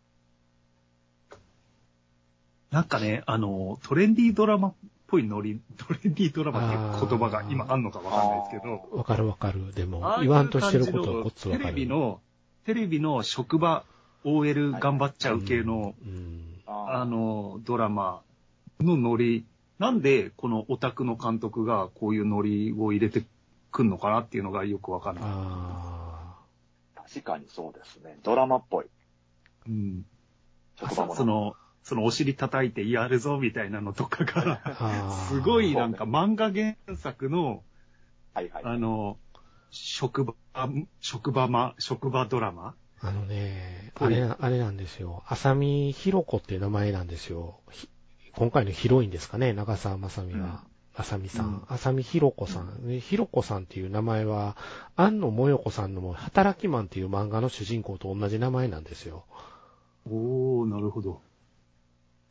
S3: なんかね、あの、トレンディードラマっぽいノリ、ノリにドラマっていう言葉が今あんのかわかんないですけど、
S1: わかるわかる。でも
S3: あ、あいう
S1: 言わんとしてることはこっち
S3: 感じの
S1: わ
S3: テ
S1: か
S3: レビ
S1: る。
S3: の、テレビの職場 OL 頑張っちゃう系の、
S1: うん。
S2: あー
S3: あの、ドラマのノリ、なんでこのオタクの監督がこういうノリを入れてくんのかなっていうのがよくわかんない。
S1: あ
S2: 確かにそうですね。ドラマっぽい。
S3: うん。
S2: 職場もの
S3: その、そのお尻叩いてやるぞみたいなのとかが、
S1: ーあー。
S3: すごいなんか漫画原作の、
S2: はいはい。
S3: あの、職場、職場ま、職場ドラマ
S1: あのね、あ
S3: はい
S1: れ、あれなんですよ。浅見ひろ子っていう名前なんですよ。ひ今回のヒロインですかね、長澤まさみ
S2: うん
S1: が。浅見さ
S3: うんん。
S1: 浅見ひろ子さん。ねひろ子さんっていう名前は、安野もよこさんの働きマンっていう漫画の主人公と同じ名前なんですよ。
S3: おー、なるほど。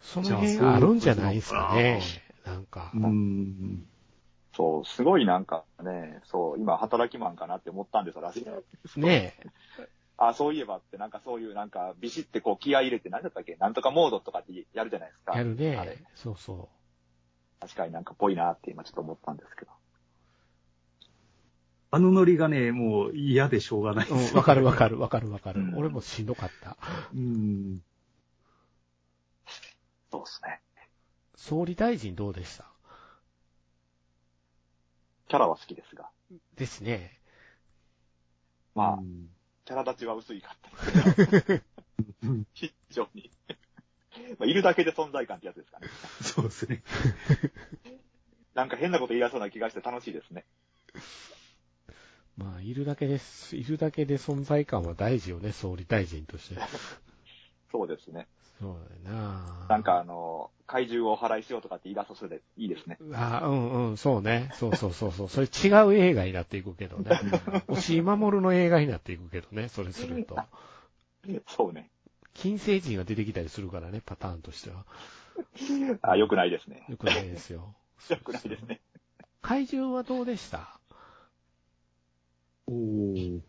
S1: その
S3: じゃあ
S1: 辺があるんじゃないですかね。なんか
S3: う。ん。
S2: そう、すごいなんかね、そう、今働きマンかなって思ったんですよ、私。
S1: ねえ。
S2: あ、そういえばって、なんかそういう、なんか、ビシってこう気合い入れて、なんだったっけなんとかモードとかってやるじゃないですか。
S1: やる
S2: あれ
S1: ね。そうそ
S2: 確かになんかぽいなって今ちょっと思ったんですけど。
S3: あのノリがね、もう嫌でしょうがないで
S1: う。
S3: す
S1: う
S3: よね、
S1: んわかるわかるわかるわかる
S2: う。ん
S1: 俺もしんどかった。
S3: うん。
S2: そうですね。
S1: 総理大臣どうでした
S2: キャラは好きですが。
S1: ですね。
S2: まあ、
S3: うん
S2: キャラ立ちは薄いかったですけど
S1: *laughs*
S2: 非常に。まあ、いるだけで存在感ってやつですかね。
S3: そうですね。 *laughs*
S2: なんか変なこと言い出そうな気がして楽しいですね。
S1: まあ、いるだけです。いるだけで存在感は大事よね、総理大臣として。
S2: そうですね。
S1: そうだよな
S2: なんかあ。の、怪獣をお払いしようとかって言い出そうそれでいいですね。
S1: あうんうん、そうね。そうそうそうそう。それ違う映画になっていくけどね。押井守の映画になっていくけどね、それすると。
S2: そうね。
S1: 金星人が出てきたりするからね、パターンとしては。
S2: あ、良くないですね。
S1: よくないですよ。
S2: 良くないですね。
S1: 怪獣はどうでした
S3: おー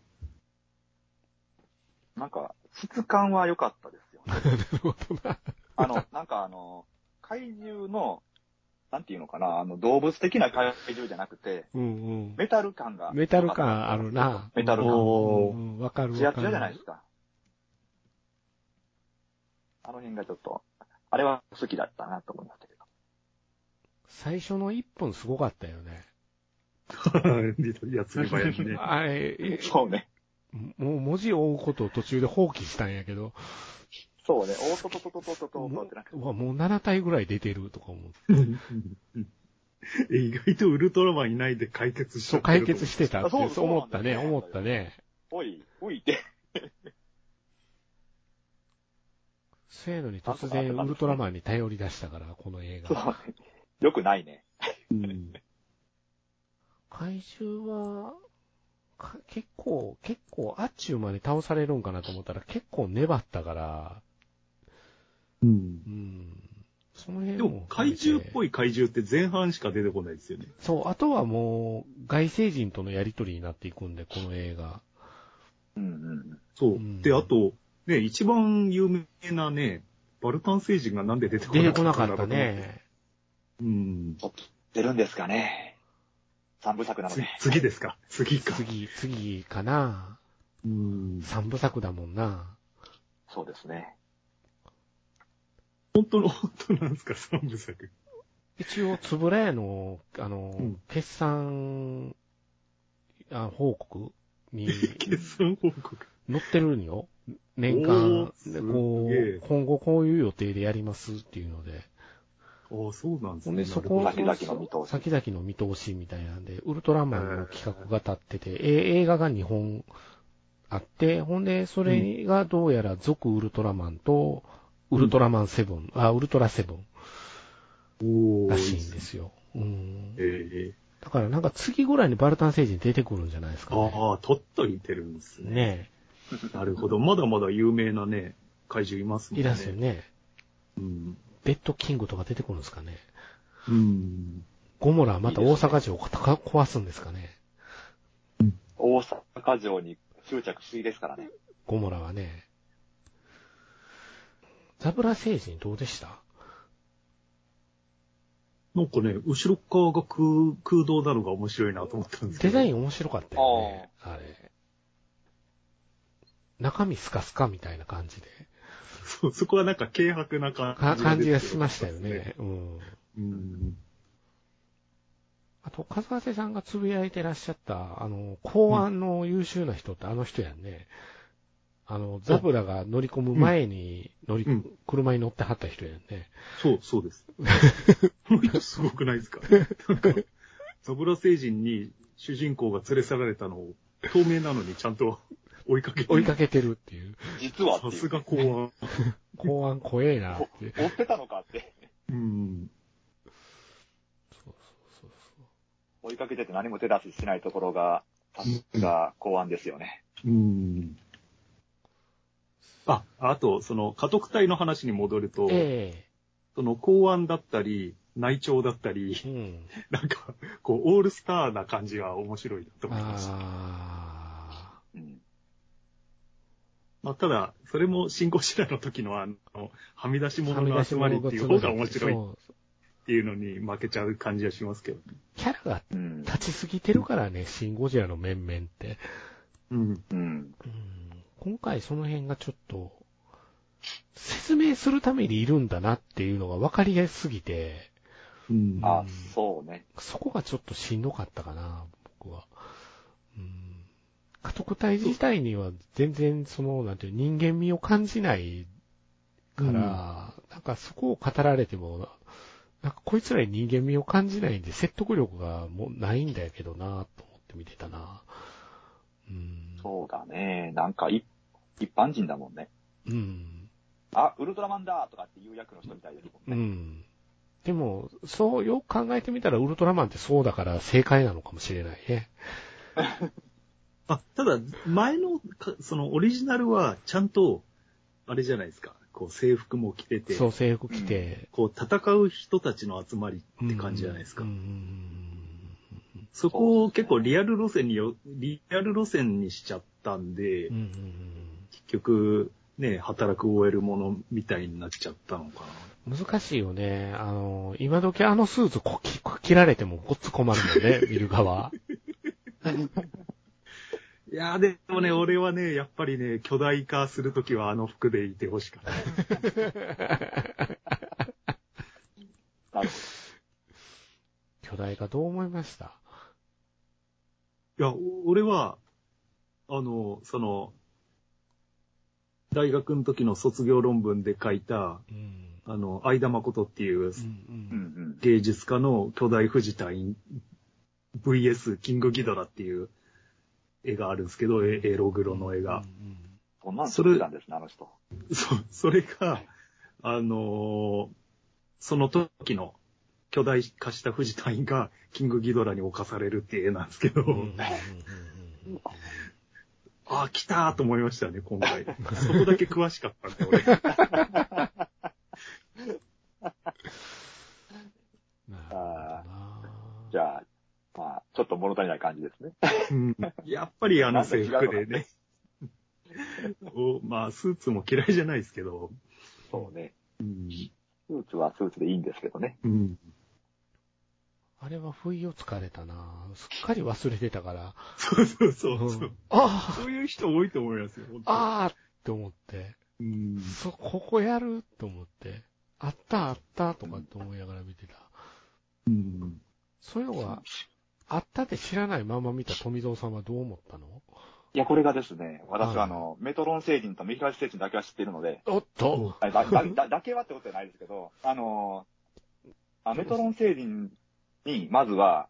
S2: なんか、質感は良かったですよね。
S1: なるほどな。
S2: あの、なんかあの、怪獣の、なんていうのかな、あの、動物的な怪獣じゃなくて、
S1: *laughs* うんうん。
S2: メタル感が。
S1: メタル感あるな。
S2: メタル感
S1: うんうんわかる
S2: ツヤ
S1: わか
S2: ツ
S1: る。
S2: ヤじゃないですか。あの辺がちょっと、あれは好きだったなと思いましたけど。
S1: 最初の一本すごかったよね。
S3: やつればやるね。
S1: あれ、え
S2: そうね。
S1: もう文字を追うことを途中で放棄したんやけど、
S2: そうね。おーととととととと
S1: も
S2: ってなんか
S1: うわもう7体ぐらい出てるとか思う。
S3: え意外とウルトラマンいないで解決しち
S1: そ
S3: ゃ
S1: う、
S3: っ
S1: 解
S3: てると思う
S1: 決してたって
S2: そうそう
S1: そう思ったね、
S2: そうなんだよ
S1: 思
S2: ね
S1: ったね。
S2: おい、おいって。
S1: そういうのに突然ウルトラマンに頼り出したから、この映
S2: そう
S1: 画。
S2: ね。よくないね。
S3: うん
S1: 怪獣は、か結構、結構、あっちゅうまで倒されるんかなと思ったら、結構粘ったから、
S3: うん
S1: うん。その辺
S3: でも、怪獣っぽ
S1: い。
S3: い怪獣って前半しか出てこないですよね。
S1: そう、あとはもう、外星人とのやりとりになっていくんで、この映画。
S2: うんうん。
S3: そうう。
S1: ん
S3: で、あと、ね、一番有名なね、バルタン星人がなんで出てこ
S1: 出
S3: な
S1: て
S3: かった
S1: こ
S3: んだ
S1: な
S3: ろう
S1: かった。ね。
S3: うん。
S2: 出るんですかね。三部作なの
S3: つ
S2: で。
S3: 次ですか次か。
S1: 次、次かな。
S3: うん
S1: 三部作だもんな。
S2: そうですね。
S3: 本当の、本当なんですか三部作。
S1: 一応、つぶらやの、あの、
S3: うん
S1: 決算、あ報告に
S3: 決算報告。
S1: 載ってるんよ。年
S3: お
S1: 間
S3: ー、
S1: ですこ
S3: げえ
S1: う、今後こういう予定でやりますっていうので。
S3: ああ、そうなんです
S1: で、
S3: ね。
S1: そこ
S2: なるほど先々の見通し
S1: 先々の見通しみたいなんで、ウルトラマンの企画が立ってて、え映画が2本あって、ほんで、それがどうやら続ウルトラマンと、ウルトラマンセブン、あ、ウルトラセブン
S3: おー
S1: らしいんで。すよ。うん
S3: え。え
S1: だからなんか次ぐらいにバルタン星人出てくるんじゃないですかね。
S3: ああ、取っといてるんですね。
S1: ね
S3: なるほど。まだまだ有名なね、怪獣いますもん
S1: え。
S3: ね。
S1: いらっしゃるね。
S3: うん。
S1: ベッドキングとか出てくるんですかね。
S3: うん。
S1: ゴモラはまた大阪城をたか壊すんですかね。
S2: 大阪城に執着しすぎですからね。
S1: ゴモラはね。ザブラ星人どうでした
S3: なんかね、後ろ側が空空洞なのが面白いなと思ったんですけ
S1: デ
S3: ど。
S1: ザイン面白かったよね、あれ。中身スカスカみたいな感じで。
S3: そうそこはなんか軽薄な感
S1: か
S3: じ
S1: 感じがしましたよね。。うん。
S3: うん。
S1: あと、かずはせさんがつぶやいてらっしゃった、あの、公安の優秀な人ってあの人やんね。あの、ザブラが乗り込む前に乗り、
S3: うん
S1: 車に乗ってはった人やんね。
S3: そう、そうです。この人すごくないです
S1: *laughs*
S3: かなんか、ザブラ星人に主人公が連れ去られたのを、透明なのにちゃんと追いかけて
S1: 追いかけてるっていう。
S2: 実はって
S3: さ
S2: い
S3: す
S2: う。
S3: が公安。
S1: 公安怖えなっ
S2: お
S1: て。
S2: 追ってたのかって。
S3: うん。
S1: そうそう
S2: 追いかけてて何も手出ししないところが、さすが公安ですよね。
S3: うん。あ、あと、その、家督隊の話に戻ると、
S1: え
S3: その公安だったり、内調だったり *laughs*
S1: え、うん。
S3: なんか、こう、オールスターな感じが面白いなと思いました。
S1: あ
S2: うん。
S3: まあ、ただ、それも新柱の時のあの、はみ出し
S1: あ。
S3: 物の集まりっていう方が面白いっ
S1: そう
S3: ていうのに負けちゃう感じがしますけど、ね、
S1: キャラが
S2: うん。
S1: 立ちすぎてるからね、シン・ゴジラの面々って。
S3: うん。
S2: うん。
S1: うん今回その辺がちょっと、説明するためにいるんだなっていうのが分かりやすすぎて、
S3: うん
S2: あ、そうね。
S1: そこがちょっとしんどかったかな、僕は。うん。家督隊自体には全然その、なんていう人間味を感じないから、なんかそこを語られても、なんかこいつらに人間味を感じないんで説得力がもうないんだけどなと思って見てたな。うん。
S2: そうだね。なんか、い一般人だもんね。
S1: うん。
S2: あ、ウルトラマンだとかっていう役の人みたいですも
S1: うん
S2: ね。
S1: ん。でも、そうよく考えてみたら、ウルトラマンってそうだから正解なのかもしれないね。
S3: あ、ただ、前のか、そのオリジナルは、ちゃんと、あれじゃないですか、こう、制服も着てて、
S1: そう、制服着て。
S3: こう、戦う人たちの集まりって感じじゃないですか。
S1: うんうんうん
S3: そこを結構リアル路線によ、リアル路線にしちゃったんで、
S1: うんうんうん
S3: 結局、ね、働く OL ものみたいになっちゃったのか
S1: うんうん難しいよね。あの、今時あのスーツこきこ切られてもごっつ困るもんね、
S3: *laughs*
S1: 見る側。
S3: な。いやーでもね、俺はね、やっぱりね、巨大化するときはあの服でいてほしかった。
S2: なる
S1: 巨大化どう思いました
S3: いや、お俺は、あの、その、大学の時の卒業論文で書いた、
S1: うん。
S3: あの、相田誠っていう
S1: うん
S2: ほどうんうん。
S3: 芸術家の巨大富士隊員 VS キングギドラっていう絵があるんですけど、エエログロの絵が。。
S2: そんなん
S3: そ
S2: そ
S3: れ
S2: れたんですね、あの人。
S3: そ *laughs* それが、あのーその時の巨大化した富士隊員がキングギドラに侵されるっていう絵なんですけど、
S1: うんうんうんうんうん
S3: ああ、来たーと思いましたね、今回。そこだけ詳しかったんで、俺。
S1: なるほどな
S2: じゃあ、まあ、ちょっと物足りない感じですね。
S3: うんやっぱりあの制服でね。おまあ、スーツも嫌いじゃないですけど、
S2: そうね。
S3: うん
S2: スーツはスーツでいいんですけどね。
S3: うん、
S1: あれは不意をつかれたなすっかり忘れてたから。
S3: そうそうそう
S1: う
S3: そうん
S1: あ
S3: そういう人多いと思いますよ。本
S1: あ
S3: 当
S1: ああって思って。
S3: うん
S1: そ、ここやると思って。あったあったとかって思いながら見てた。
S3: うん
S1: そういうのが、あったって知らないまま見た富蔵さんはどう思ったの
S2: いや、これがですね、私
S1: はい
S2: はあの、メトロン星人とミヒラシ星人だけは知っているので、
S1: おっと
S2: あだだだだけはってことじゃないですけど、あの、あメトロン星人に、まずは、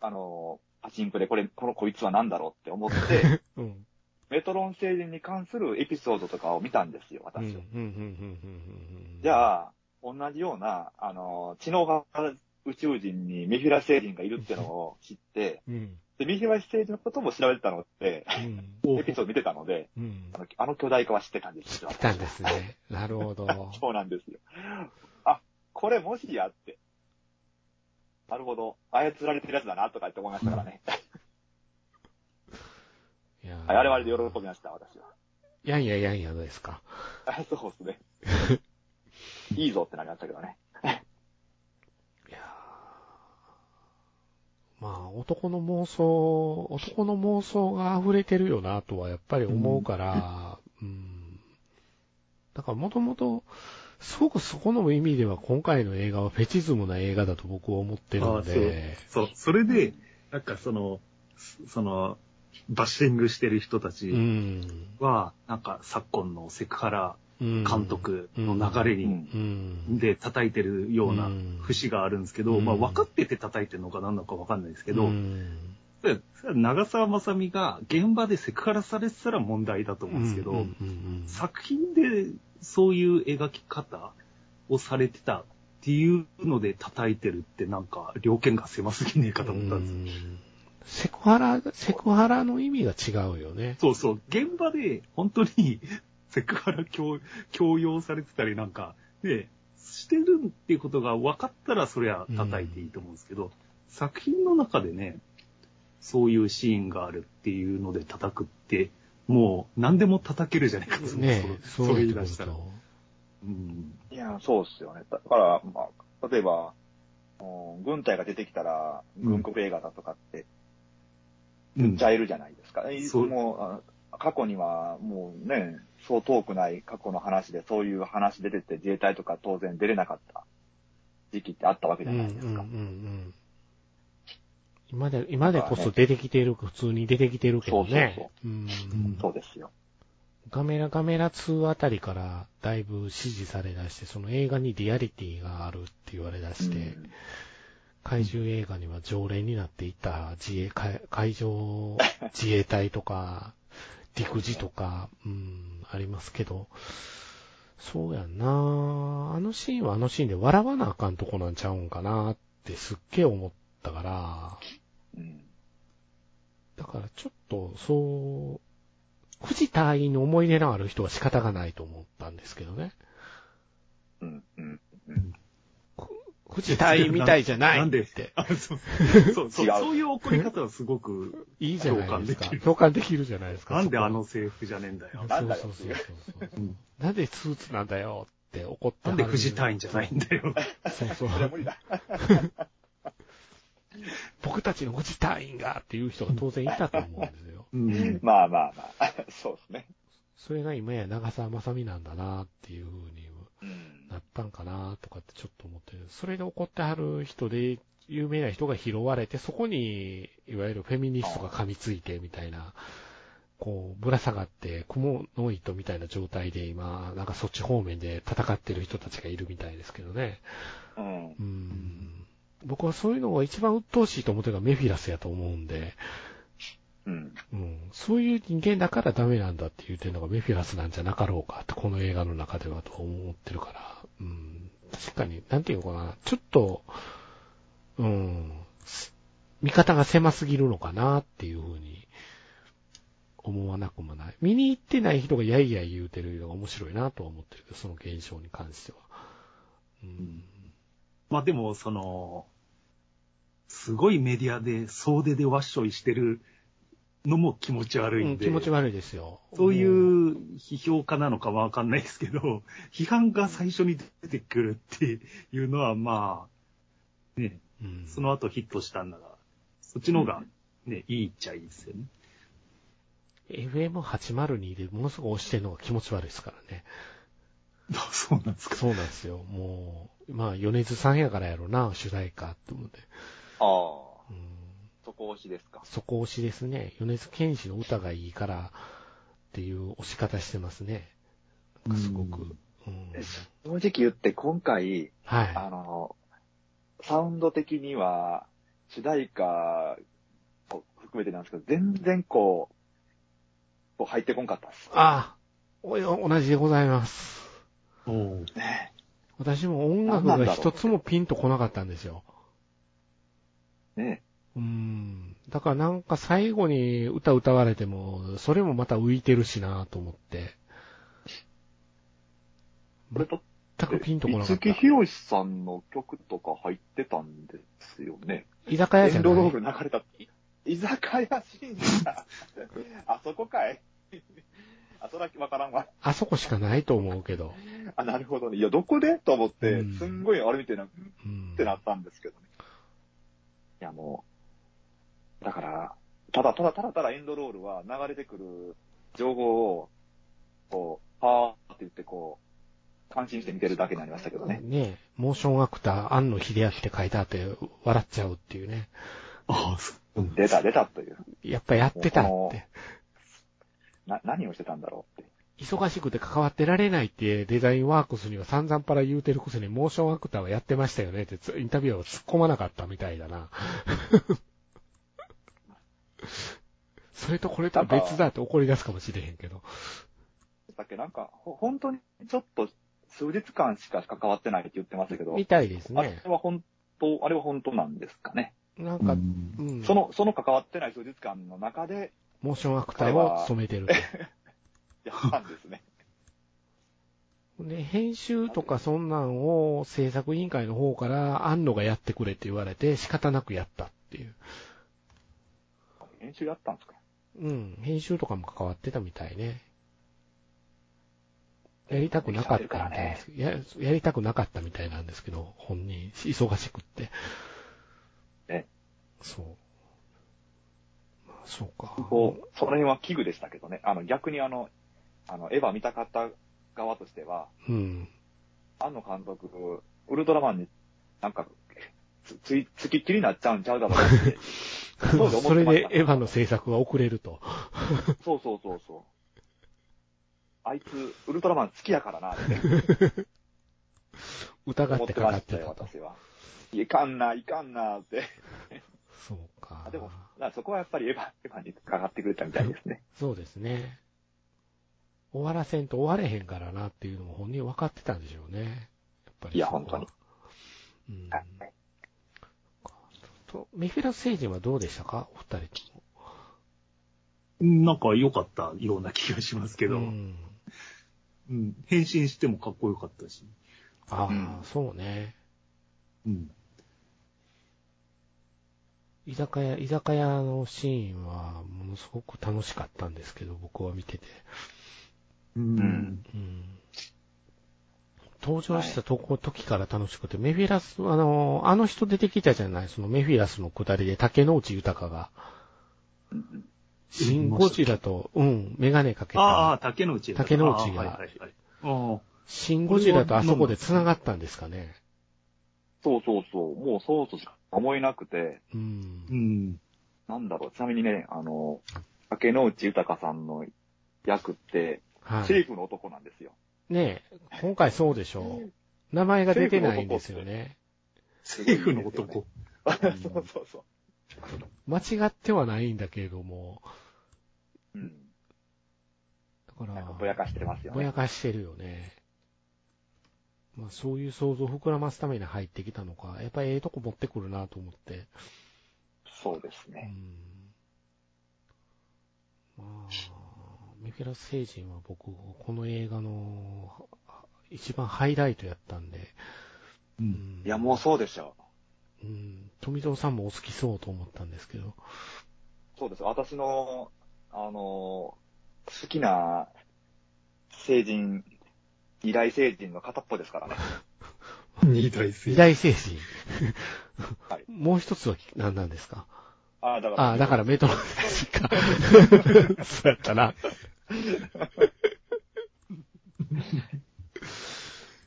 S2: あの、パチンコでこれ、このこいつは何だろうって思って、
S1: うん。
S2: メトロン星人に関するエピソードとかを見たんですよ、
S1: うん。うん。うん
S2: 私は。。
S1: うん。
S2: じ
S1: あ、
S2: ゃあ、同じような、あの、知能が宇宙人にメフィラ星人がいるってのを知って、
S1: うん。
S2: で、メフィラ星人のことも調べてたので、
S1: うん。
S3: お
S2: エピソード見てたので、
S1: うん
S2: あ。のあの巨大化は知ってたん
S1: *laughs*
S2: ですよ。
S1: 来たんですね。なる
S2: *laughs*
S1: ほど。
S2: そうなんですよ。あ、これもしやって。なるほど。操られてるやつだなとかって思いましたからね。
S1: いや
S2: はい、あれはあれで喜びました、私は。 *laughs*
S1: やんややんやですか。
S2: あそうですね。いいぞってなりましたけどね。
S1: いやまあ、男の妄想、男の妄想が溢れてるよなとはやっぱり思うから、うん。だからもともと、すごくそこの意味では今回の映画はフェチズムな映画だと僕は思ってる
S3: あ
S1: の
S3: あそう
S1: で、
S3: そう、それで、なんかその、そその、バッシングしてる人た
S1: う
S3: ち
S1: ん。
S3: は、なんか昨今のセクハラ
S1: うん
S3: 監督の流れ
S2: う
S3: に、
S2: ん。
S1: うん。
S3: で叩いてるような節があるんですけど、
S1: うん
S3: まあ分かってて叩いてるのか何なのか分かんないですけ
S1: け
S3: ど、
S1: うん。
S3: それそれは長澤まさみが現場でセクハラされてたら問題だと思うんですけど、
S1: うんうんうん
S3: 作品でそういう描き方をされてたっていうので叩いてるってなんか、両見が狭すぎねえかと思ったんですよ。
S1: うんセクハラ、セクハラの意味が違うよね。
S3: そうそう、現場で本当に *laughs* セクハラ強強要されてたりなんか、で、してるっていうことが分かったらそれは叩いていいと思うんですけど、作品の中でね、そういうシーンがあるっていうので叩くって、もう何でも叩けるじゃないかと思う
S1: ね
S3: そ
S1: そ
S3: の
S1: う
S3: それ
S1: い
S3: 言
S1: う
S3: い
S1: こ
S3: 出
S1: と
S3: したら。うん。
S2: いや、そうっすよね。だから、まあ、例えば、うん軍隊が出てきたら、軍国映画だとかって、
S3: う
S2: 言
S3: ん
S2: っちゃえるじゃないですか。え
S3: そう
S2: もうあ、過去には、もうね、そう遠くない過去の話で、そういう話出てて、自衛隊とか当然出れなかった時期ってあったわけ
S1: うん
S2: じ
S1: うん
S2: ゃ
S1: う
S2: なんいです
S1: う
S2: か。
S1: ん。今で、今でこそ出てきてる、普通に出てきてるけど
S2: そう
S1: ね
S2: そ。
S1: うん
S3: ん
S2: そうですよ。
S1: ガメラ、ガメラ2あたりからだいぶ支持されだして、その映画にリアリティがあるって言われだして、
S2: うん
S1: 怪獣映画には常連になっていた自衛、海海
S3: *laughs*
S1: 上自衛隊とか、陸自とか、うん、ありますけど、そうやんなあのシーンはあのシーンで笑わなあかんとこなんちゃうんかなってすっげえ思ったから、
S2: うん
S1: だからちょっと、そう、藤隊員の思い出のある人は仕方がないと思ったんですけどね。
S2: うんうん
S1: 藤隊員みたいじゃない
S3: なん *laughs* で
S1: って。
S3: *laughs* あそう *laughs* そうそう
S2: 違う
S3: そういう怒り方はす
S1: *laughs*
S3: ごく、
S1: いいじゃないですか
S3: 共感でき。る
S1: 共感できるじゃないですか。
S3: なんで
S1: そこ
S3: あの制服じゃねえんだよ。
S2: なんだよ
S1: そうそうそうそうそううんなんでスーツなんだよって怒って
S3: なんで富士隊員じゃないいん
S1: *laughs*
S3: だよ。
S1: そうそう
S2: それは無理だ。
S1: 僕たちの富士隊員がっていう人が当然いたと思うんですよ。
S3: うん
S2: *laughs* まあまあまあ、 *laughs* そうですね。
S1: それが今や長澤まさみなんだなっていう風に
S2: うん
S1: なったんかなとかってちょっと思ってる。それで怒ってはる人で、有名な人が拾われて、そこに、いわゆるフェミニストが噛みついてみたいな、こう、ぶら下がって、雲の糸みたいな状態で今、なんかそっち方面で戦ってる人たちがいるみたいですけどね。
S2: う
S1: う。
S2: ん
S1: ん。僕はそういうのが一番鬱陶しいと思ってるのがメフィラスやと思うんで、
S2: うん。
S1: うん。そういう人間だからダメなんだって言ってるのがメフィラスなんじゃなかろうかって、この映画の中ではと思ってるから、うん。確かに、なんていうのかな、ちょっと、うん、す見方が狭すぎるのかなっていうふうに思わなくもない。見に行ってない人がやいやい言うてるのが面白いなとは思ってるけど、その現象に関しては。うん。
S3: まあでも、その、すごいメディアで総出でわっしょいしてるのも気持ち悪い
S1: うんん
S3: で、
S1: 気持ち悪いですよ。
S3: そういう批評家なのかはわかんないですけど、 *laughs* 批判が最初に出てくるっていうのは、まあ、ね、
S1: うん、
S3: その後ヒットしたんなら、そっちの方が、ね、いいっちゃいいですよね。
S1: FM802 でものすごく押してるのが気持ち悪いですからね。
S3: そうなんです
S1: *laughs*
S3: か。
S1: そうなんですよ。もう、まあ、米津さんやからやろな、主題歌と思って。
S2: あ
S1: う
S2: あ、
S1: ん、
S2: そこ押しですか。
S1: そこ推しですね。米津玄師の歌がいいからっていう押し方してますね。なんかすごく。うん、
S2: 正直言って今回、あ
S1: は
S2: の、サウンド的には、主題歌を含めてなんですけど、全然こう、こう入ってこんかったです
S1: い。。ああ、お同じでございます。
S3: おう
S2: ね
S1: 私も音楽が一つもピンとこなかったんですよ。
S2: え。ね
S1: うん。だからなんか最後に歌歌われても、それもまた浮いてるしなと思って。
S2: え。これと、
S1: 全くピンとこなかっ
S2: 五
S1: た
S2: 木。ひろしさんの曲とか入ってたんですよね。
S1: 居酒
S2: エ
S1: 屋じゃ
S2: ン
S1: な
S2: ドロ
S1: い
S2: ール流れた。居酒屋シーンだあそこかい。あ、そらわからんわ。
S1: あそこしかないと思うけど。
S2: あ、なるほどね。いや、どこでと思って
S1: うん、
S2: すんごいあれみたいな、うん
S1: うん
S2: ってなったんですけどね。いや、もだから、ただただただただエンドロールは流れてくる情報を、こう、はーって言ってこう、感心して見てるだけになりましたけどね。
S1: ねモーションアクター、庵野秀明って書いてあって、笑っちゃうっていうね。
S3: ああ、そうなんだ。
S2: 出た出たという。
S1: やっぱやってたっ
S2: もうこ
S1: て。
S2: な、何をしてたんだろうって。
S1: 忙しくて関わってられないってデザインワークスには散々パラ言うてるくせにモーションアクターはやってましたよねってつインタビュアーは突っ込まなかったみたいだ
S2: *laughs*
S1: な。それとこれとは別だって怒り出すかもしれへんけど。
S2: だっけなんか、ほ本当にちょっと数日間しか関わってないって言ってましたけど、
S1: みたいです
S2: あ
S1: ね
S2: れ。は本当、あれは本当なんですかね。
S1: なん
S3: う
S1: か、うんん、
S2: その、その関わってない数日間の中で
S1: モーションアクターを染めてると。
S2: やったんですね。
S1: *laughs* で、編集とかそんなんを制作委員会の方から、安野がやってくれって言われて仕方なくやったっていう。
S2: 練習やったんですか
S1: うん、編集とかも関わってたみたいね。やりたくなかったみたいです。ややりたくなかったみたいなんですけど、本人、忙しくって。
S2: ね
S1: そう。まあ、そうか。
S2: こう、その辺は器具でしたけどね。あの、逆にあの、あの、エヴァ見たかった側としては、
S1: うん。
S2: 庵野監督、ウルトラマンになんか、つ、つい、つきっきりになっちゃうんちゃうだろう
S1: *laughs*
S2: って。そうで思ってました
S1: それでエヴァの制作が遅れると。
S2: そうそうそうそう。あいつ、ウルトラマン好きやからな、って
S1: 疑っ
S2: 思ってて
S1: か
S2: ま
S1: かっ
S2: して
S1: た
S2: たよ、
S1: と。
S2: 私は。いかんな、いかんな、って。
S1: そうか
S2: あ。でも、なそこはやっぱりエヴァ、エヴァにかかってくれたみたいですね。
S1: そうですね。終わらせんと終われへんからなっていうのも本人分かってたんでしょうね。やっぱり
S2: いや
S1: そこは
S2: 本当に。
S1: うん。
S2: はい
S1: と、メフィラス星人はどうでしたかお二人とも。
S3: なんか良かったような気がしますけど、
S1: う
S3: うん
S1: ん。
S3: 変身してもかっこよかったし、
S1: ああ、
S2: うん
S1: そうね。
S3: うん、
S1: 居酒屋、居酒屋のシーンはものすごく楽しかったんですけど、僕は見てて。
S3: うん
S2: ん
S1: うん。登場したとこ、時から楽しくて、メフィラス、あの、あの人出てきたじゃない、そのメフィラスの下りで竹之内豊が。
S2: うん
S1: シン・ゴジラと、うん、メガネかけ
S3: ああ、
S1: た。
S3: 竹之内だ
S1: 竹之内が
S3: ああはいはいはい。ああ
S1: シン・ゴジラとあそこで繋がったんですかね。
S2: そうそうそう。もうそうとしか思えなくて、
S1: う。
S3: うんん。
S2: なんだろう、ちなみにね、あの、竹之内豊さんの役って、
S1: は
S2: シェ
S1: い。
S2: イフの男なんですよ。
S1: ねえ、今回そうでしょう。名前が出てないんですよね。
S3: 政府の男。
S2: そうそうそ
S1: 間違ってはないんだけれども。
S2: う。うん。
S1: だか、
S2: なんからぼやかしてますよ
S1: ぼや
S2: ね。
S1: かしてるよね。まあそういう想像を膨らますために入ってきたのか、やっぱりええとこ持ってくるなと思って。
S2: そうです
S1: う
S2: ね。
S1: ん。まあ、ミフェラス星人は僕、この映画のは一番ハイライトやったんで。
S3: う。
S1: うんん
S2: いや、もうそうでしょ。
S1: うん、富蔵さんもお好きそうと思ったんですけ
S2: *laughs*
S1: ど。
S2: そうです。私の、あの、好きな成人、二大成人の片っぽですからね。
S3: 二大
S1: 二
S3: 政
S1: 大精神。
S2: はい
S1: *laughs* もう一つは何なんですか
S2: ああ、だから。
S1: ああ、だからメトロ精
S2: *laughs*
S1: 神か。そうやったな。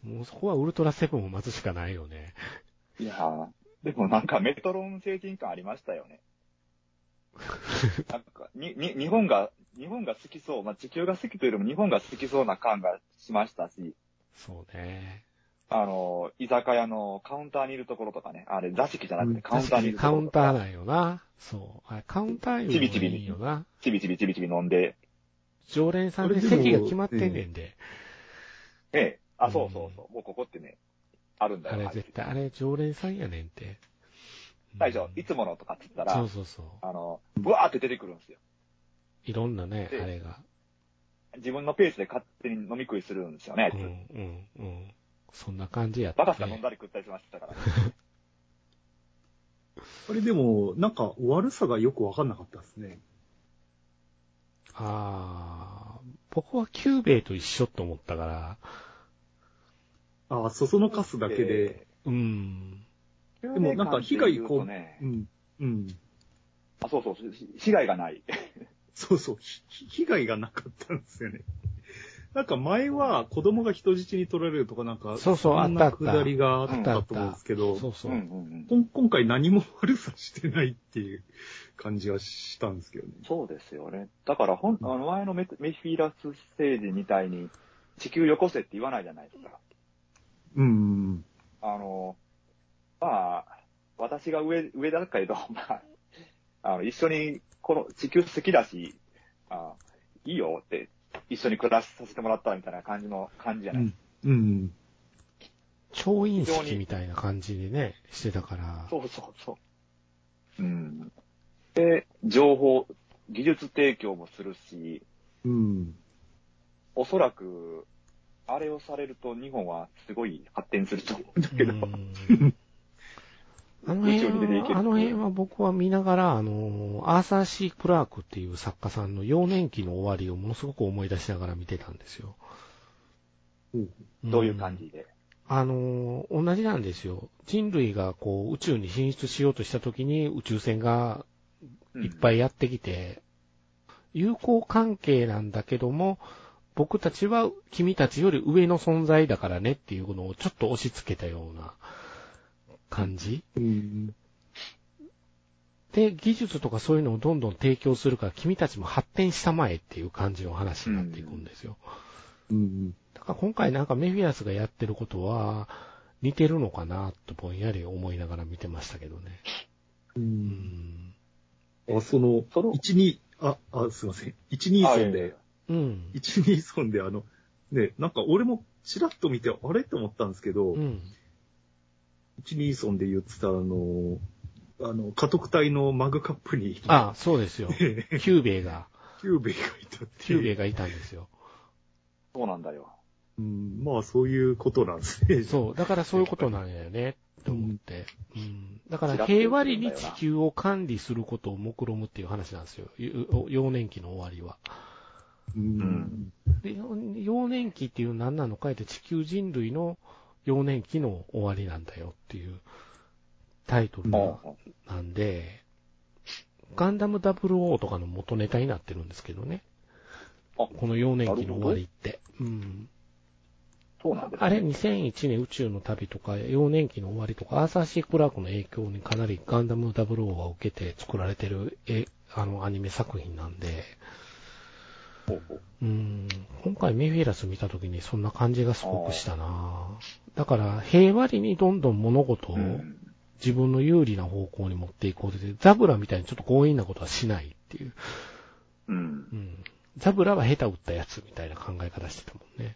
S1: もうそこはウルトラセブンを待つしかないよね。
S2: いやーでもなんかメトロン成人感ありましたよ
S1: *laughs*
S2: ね。なんか、に、に、日本が、日本が好きそう、まあ、地球が好きというよりも日本が好きそうな感がしましたし、
S1: そうね。
S2: あの、居酒屋のカウンターにいるところとかね、あれ座席じゃなくてカウンターにいるとこ
S1: カ
S2: ろ
S1: ウン
S2: とか。
S1: ターなんよな。そう。あカウンターよりもいいよな。
S2: ちびちびちびちび飲んで、
S1: 常連さんで席が決まってんねんで。
S2: ええ、あ、そうそうそう、もうここってね、あるんだ
S1: あ
S2: よ。
S1: れ絶対、あれ常連さんやねんって。
S2: 大将、いつものとかって言った
S1: そ
S2: ら
S1: う、そうそう。
S2: あの、ブワーって出てくるんですよ。
S1: いろんなね、あ
S2: で
S1: れが。
S2: 自分のペースで勝手に飲み食いするんですよね、あいうつ。
S1: ん、うん、うん。そんな感じやった、
S2: バ
S1: ね。
S2: カしか飲んだり食ったりしましたから。
S3: これでも、なんか悪さがよくわかんなかったですね。
S1: ああ、僕はキューベイと一緒と思ったから、
S3: ああ、そそのかすだけで、
S1: うん。
S2: で
S3: もなんか被害こう
S2: ね
S3: う、ん。うん。
S2: あ、そうそう、し被害がない。
S3: そうそう、ひ被害がなかったんですよね。なんか前は子供が人質に取られるとかなんか、
S1: そうそうんあ
S3: な
S1: ったあった
S3: くだりがあっ
S1: あ
S3: た
S1: った
S3: と思うんですけど、
S1: そうそうう。
S2: んうんうん。
S3: こん今回何も悪さしてないっていう感じはしたんですけどね。
S2: そうですよね。だから、ほん、あの前のメメフィラス星人みたいに、地球よこせって言わないじゃないですか。
S3: うん。
S2: あの、まあ、私が上、上だから言うと、 *laughs* まあ、あの、一緒に、この地球好きだし、あいいよって、一緒に暮らしさせてもらったみたいな感じの感じじゃ
S3: う
S2: ない、
S3: ん。うん。
S1: 超隕石みたいな感じでね、してたから。
S2: そうそうそう。うん。で、情報、技術提供もするし、
S3: うん。
S2: おそらく、あれをされると日本はすごい発展すると思うんだけど、
S1: うんあの
S2: *laughs* 宇宙に出て
S1: 辺
S2: い
S1: は、
S2: ける
S1: あの辺は僕は見ながら、あの、アーサー・シー・クラークっていう作家さんの幼年期の終わりをものすごく思い出しながら見てたんですよ。
S3: うん
S2: どういう感じで。
S1: あのー同じなんですよ。人類がこう宇宙に進出しようとした時に宇宙船がいっぱ
S2: い。
S1: いやってきて、友好関係なんだけども、僕たちは君たちより上の存在だからねっていうのをちょっと押し付けたような感じ。
S3: うん。
S1: で、技術とかそういうのをどんどん提供するから君たちも発展したまえっていう感じの話になっていくんですよ。
S3: うん。
S1: だから今回なんかメフィアスがやってることは似てるのかなとぼんやり思いながら見てましたけどね。
S3: う。
S1: うんん。
S3: あ、その、
S2: その
S3: 1、2、あ、あ、すいません。1、2、
S2: あいや
S3: 3
S2: いや
S3: で、
S1: うん。
S3: 1、2、3であの、ね、なんか俺もチラッと見て、あれと思ったんですけど、
S1: うん。
S3: 1、2、3で言ってたあの、あの、家督隊のマグカップに、
S1: あ、そうです *laughs* よ。キューベイが、
S3: キューベイがいたって
S1: キューベ
S3: い
S1: イ
S3: う。
S1: がいたんですよ。
S2: そうなんだよ。
S3: うん、まあそういうことなんですね。
S1: そう。だからそういうことなんだよね、と思って。うん。だから
S2: ちらっと
S1: 平和裏に地球を管理することを目論むっていう話なんですよ。ゆ幼年期の終わりは。
S3: う。うん。
S1: で幼年期っていう何なのかいって地球人類の幼年期の終わりなんだよっていうタイトル
S3: うん
S1: が
S2: うん
S1: なんで、ガンダム00とかの元ネタになってるんですけどね。
S2: あ
S1: この幼年期の終わりって。うん。
S2: そうなんです、ね。
S1: あれ、2001年宇宙の旅とか、幼年期の終わりとか、アーサー・シー・クラークの影響にかなりガンダム00は受けて作られてる、え、あの、アニメ作品なんで、
S2: ほうほう
S1: うん、今回メフィラス見た時にそんな感じがすごくしたなだから、平和裏にどんどん物事を
S2: うん
S1: 自分の有利な方向に持っていこうとして、ザブラみたいにちょっと強引なことはしないっていう。
S2: うん
S1: う。ん。ザブラは下手打ったやつみたいな考え方してたもんね。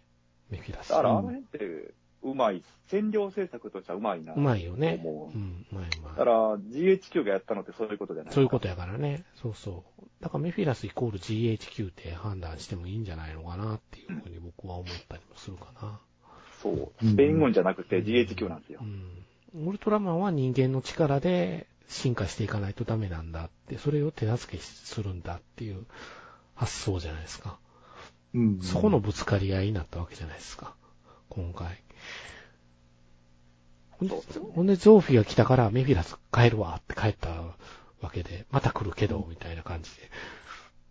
S1: メフィラス。
S2: だから、あ
S1: う
S2: の
S1: ん
S2: 辺って、うまい、占領政策としてはうまいな。
S1: うまいよね。
S2: 思う
S1: うん、うまいうまい
S2: だから、GHQ がやったのってそういうことじゃない
S1: そういうことやからね。そうそう。だからメフィラスイコール GHQ って判断してもいいんじゃないのかなっていうふうに僕は思ったりもするかな。
S2: そう。スペイン軍じゃなくて GHQ なんですよ。
S1: うん。ウルトラマンは人間の力で進化していかないとダメなんだって、それを手助けするんだっていう発想じゃないですか。
S3: うん。
S1: そこの、ぶつかり合いになったわけじゃないですか。今回。ほんで
S2: そう
S1: ほんで、ゾーフィーが来たからメフィラス帰るわって帰ったわけで、また来るけど、みたいな感じで。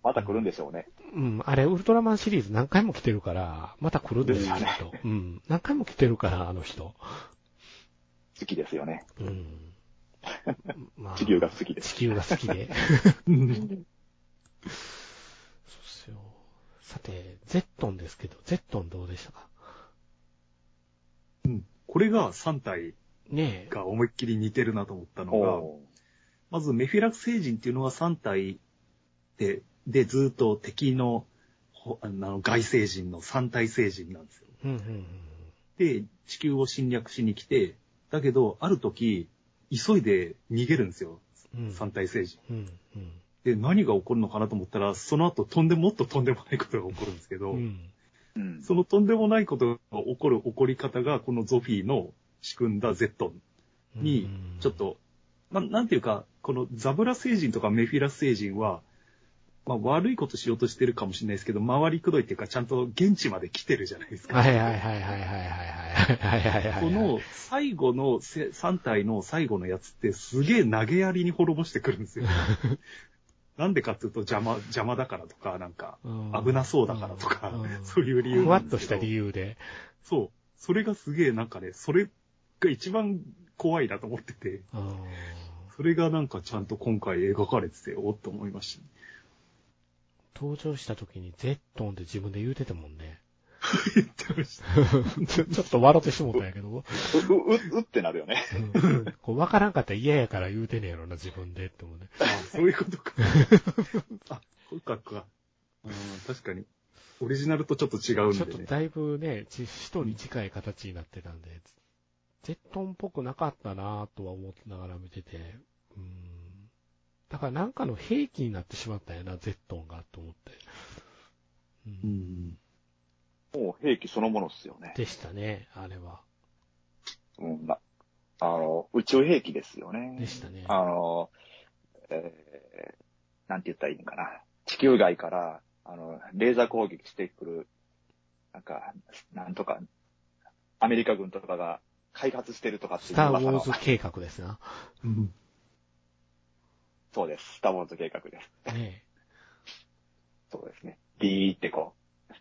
S2: また来るんでしょうね。
S1: うん、あれ、ウルトラマンシリーズ何回も来てるから、また来るんですよ、き
S2: です
S1: っ
S2: よね
S1: と。うん。何回も来てるから、あの人。
S2: 好きですよね。
S1: うん。まあ
S2: 地球が好きです。
S1: 地球が好きで。
S3: うん。
S1: そうっすよ。さて、ゼットンですけど、ゼットンどうでしたか
S3: これが3体
S1: ねえ。
S3: が思いっきり似てるなと思ったのが、
S2: お
S3: まずメフィラス星人っていうのは3体で、で、ずっと敵の、ほあの、外星人の3体星人なんですよ。
S1: うんうん
S3: で、地球を侵略しに来て、だけど、ある時、急いで逃げるんですよ、
S1: うん。うん。
S3: 3体星人。
S1: うんうん。
S3: で、何が起こるのかなと思ったら、その後、とんでもっととんでもないことが起こるんですけど、
S1: うん。
S2: ーうん。
S3: そのとんでもないことが起こる起こり方が、このゾフィーの仕組んだゼットンに、ちょっと、ななんていうか、このザブラ星人とかメフィラ星人は、まあ、悪いことしようとしてるかもしれないですけど、回りくどいっていうか、ちゃんと現地まで来てるじゃないですか。
S1: はいはいはいはいはいはいはいはいはいはい。
S3: この、最後のせ、3体の最後のやつってすげえ投げやりに滅ぼしてくるん
S1: *laughs*
S3: ですよ。なんでかっていうと邪魔、邪魔だからとか、なんか、
S1: の
S3: 危なそうだからとか、そういう理由
S1: ふ
S3: な
S1: わ
S3: ん
S1: っ
S3: で
S1: と
S3: す
S1: し
S3: け
S1: た
S3: ど
S1: 理由で。
S3: そう。それがすげえなんかね、それが一番怖いなと思ってて、
S1: うん
S3: それがなんかちゃんと今回描かれてて、おっと思いましたね。
S1: 登場した時にゼットンって自分で言うてたもんね。
S3: 言ってま *laughs* し
S1: *laughs*
S3: た。
S1: ちょちょっと笑ってしもたんやけど、
S2: う、う、ううってなるよね。 *laughs*
S1: うんこう分からんかったら嫌やから言うてんねやろな、自分でって思うね。
S3: あそういうこと *laughs* か。あ、こうか、か。うん、確かに。オリジナルとちょっと違うん
S1: ち
S3: で
S1: ょっと
S3: ね。
S1: だいぶね、ち人に近い形になってたんで、ゼットンっぽくなかったなぁとは思ってながら見てて、うん。だからなんかの兵器になってしまったんやな、ゼットンが、と思って。う、
S3: うんん。
S2: もう兵器そのものっすよね。
S1: でしたね、あれは。
S2: うん、なあの、宇宙兵器ですよね。
S1: でしたね。
S2: あの、えー、なんて言ったらいいのかな。地球外から、あの、レーザー攻撃してくる、なんか、なんとか、アメリカ軍とかが開発してるとかってい
S1: ス
S2: う
S1: ター・ウ
S2: 噂
S1: ォ
S2: の
S1: ーズ計画ですな。
S3: うん
S2: そうです。スターウォーズ計画です。
S1: ね
S2: そうですね。ビーってこう、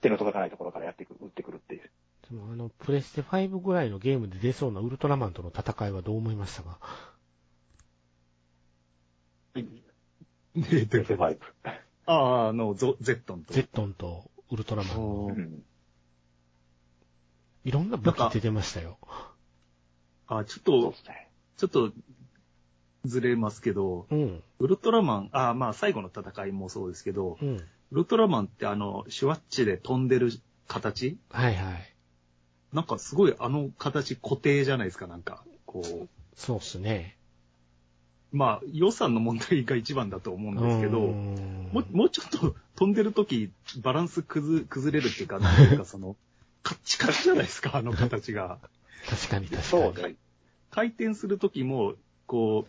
S2: 手の届かないところからやってくる、撃ってくるっていう。
S1: え。でもあの、プレステ5ぐらいのゲームで出そうなウルトラマンとの戦いはどう思いましたか
S3: ねえ、でもああ、あの、ゾゼットンと。
S1: ゼットンとウルトラマンの。
S3: お
S2: う
S3: ー
S2: ん。
S1: いろんな武器出てましたよ。
S3: あ、ちょっ
S2: そう
S3: と
S2: で、すね。
S3: ちょっと、ずれますけど、
S1: うん、
S3: ウルトラマン、あまあ最後の戦いもそうですけど、
S1: うん。
S3: ウルトラマンってあの、シュワッチで飛んでる形
S1: はいはい。
S3: なんかすごいあの形固定じゃないですか、なんか。こう、
S1: そうっすね。
S3: まあ予算の問題が一番だと思うんですけど、
S1: うー
S3: も
S1: ん
S3: うもうちょっと飛んでる時バランス崩崩れるっていうか、なんていうかその、カッチカチじゃないですか、あの形が。
S1: 確かに確かに。
S2: そうね。
S3: 回転する時も、こう、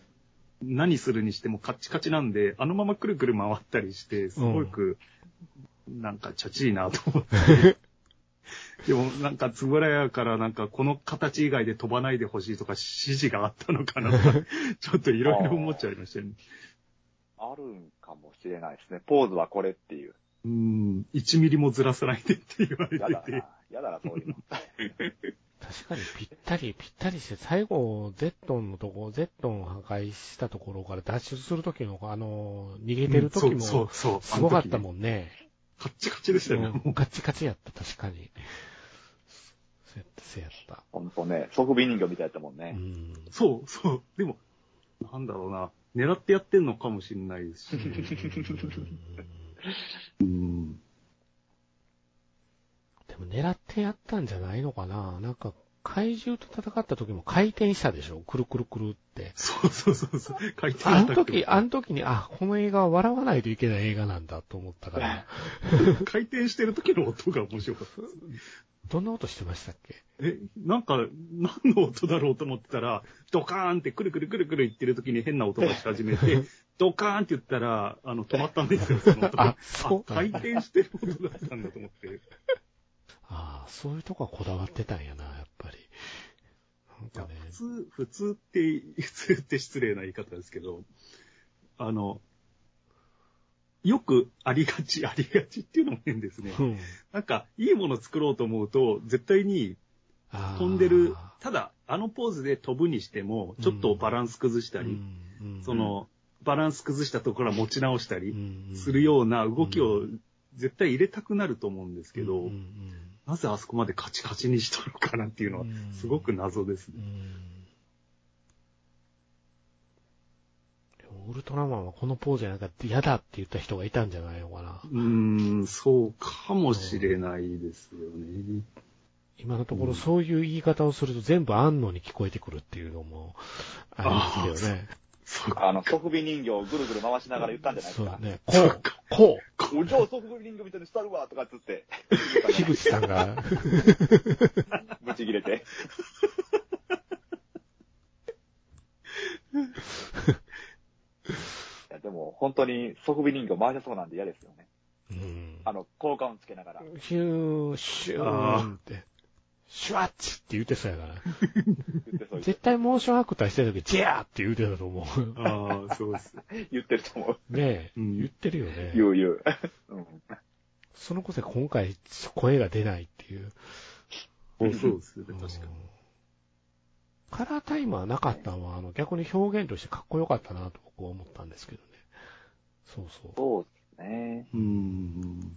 S3: 何するにしてもカッチカチなんで、あのままくるくる回ったりして、すごく、なんか、チャチいなと思って。でも、なんか、つぶらやから、なんか、この形以外で飛ばないでほしいとか、指示があったのかなとか、ちょっといろいろ思っちゃいましたね。
S2: あるんかもしれないですね。ポーズはこれっていう。
S3: うん、1ミリもずらさないでって言われ
S2: やだ
S3: てて
S1: *laughs*
S2: な。。やだな、そういうの。
S1: 確かにぴったり、ぴったりして、最後、ゼットンのとこ、ゼットンを破壊したところから脱出するときの、あの、逃げてるとき
S3: うんそう
S1: も、
S3: そう、そう。
S1: すごかった
S3: ん。
S1: もんね。
S3: カッチカチでしたよね。
S1: うん
S3: もう
S1: ガチガチやった、確かに。そうやった、そうやった。
S2: ほんとね、ソフビ人形みたいだったもん
S1: う
S2: ね。
S3: *laughs*
S1: ん。
S3: そう、そう。でも、なんだろうな。狙ってやってんのかもしれないですし。うん。
S1: でも狙ってやったんじゃないのかななんか、怪獣と戦った時も回転したでしょくるくるくるって。
S3: そうそうそうそう。書いて
S1: あ
S3: あった
S1: の時、あの時に、あ、この映画は笑わないといけない映画なんだと思ったから、
S3: 回転してる時の音が面白かった。
S1: どんな音してましたっけ
S3: え、なんか、何の音だろうと思ってたら、ドカーンってくるくるくるくる言ってる時に変な音がし始め
S1: *laughs*
S3: て、ドカーンって言ったら、あの、止まったんですよ、その音が
S1: あ。そう
S3: あ回転してる音だったんだと思って。
S1: ああ、そういうとこはこだわってたんやな、やっぱり。なんかね、
S3: 普通、普通って、 *laughs* 普通って失礼な言い方ですけど、あの、よくありがち、 *laughs* ありがちっていうのも変ですね。
S1: うん
S3: なんか、いいもの作ろうと思うと、絶対に
S1: あー
S3: 飛んでる、ただ、あのポーズで飛ぶにしても、ちょっとバランス崩したり、
S1: うんうん
S3: その、バランス崩したところは持ち直した
S1: う
S3: り
S1: ん
S3: するような動きを絶対入れたくなると思うんですけ
S1: うんう
S3: ど
S1: ん、
S3: なぜあそこまでカチカチにしたのかなっていうのは
S1: う、ん
S3: すごく謎ですね。
S1: でもウルトラマンはこのポーズじゃなかった、嫌だって言った人がいたんじゃないのかな。
S3: うーん、そうかもしれないですよね。
S1: 今のところそういう言い方をすると全部あんのに聞こえてくるっていうのもありますけどね。
S3: そうか。
S2: あの、ソフビ人形をぐるぐる回しながら言ったんじゃないです
S1: そう
S2: か。
S1: だね。
S3: *laughs* そ
S1: こ
S3: う
S1: う、こ
S2: お嬢ソフビ人形みたいにしたるわとかっ
S1: *laughs*
S2: つって、
S1: う、樋口さんが、
S3: *laughs*
S2: ぶち切
S1: *laughs*
S2: れて。いや、でも、本当にソフビ人形回せそうなんで嫌ですよね。
S1: うん
S2: あの、効果音つけながら。
S1: ヒュー、シューンって、シュワッチって言ってたやから。
S2: 言ってそう言
S1: 絶対モーションアクターしてる時、ジャーって言ってたと思う。
S3: ああ、そうです。
S2: う言ってると思う。
S1: ねえ、
S3: うん
S1: 言ってるよね。
S2: 言う言う。うん
S1: そのこそ今回声が出ないっていう。
S3: そうですね、確か
S1: うんカラータイムはなかったのは、あの、逆に表現としてかっこよかったなと僕は思ったんですけどね。そうそう。
S2: そうですね。
S3: に。うん。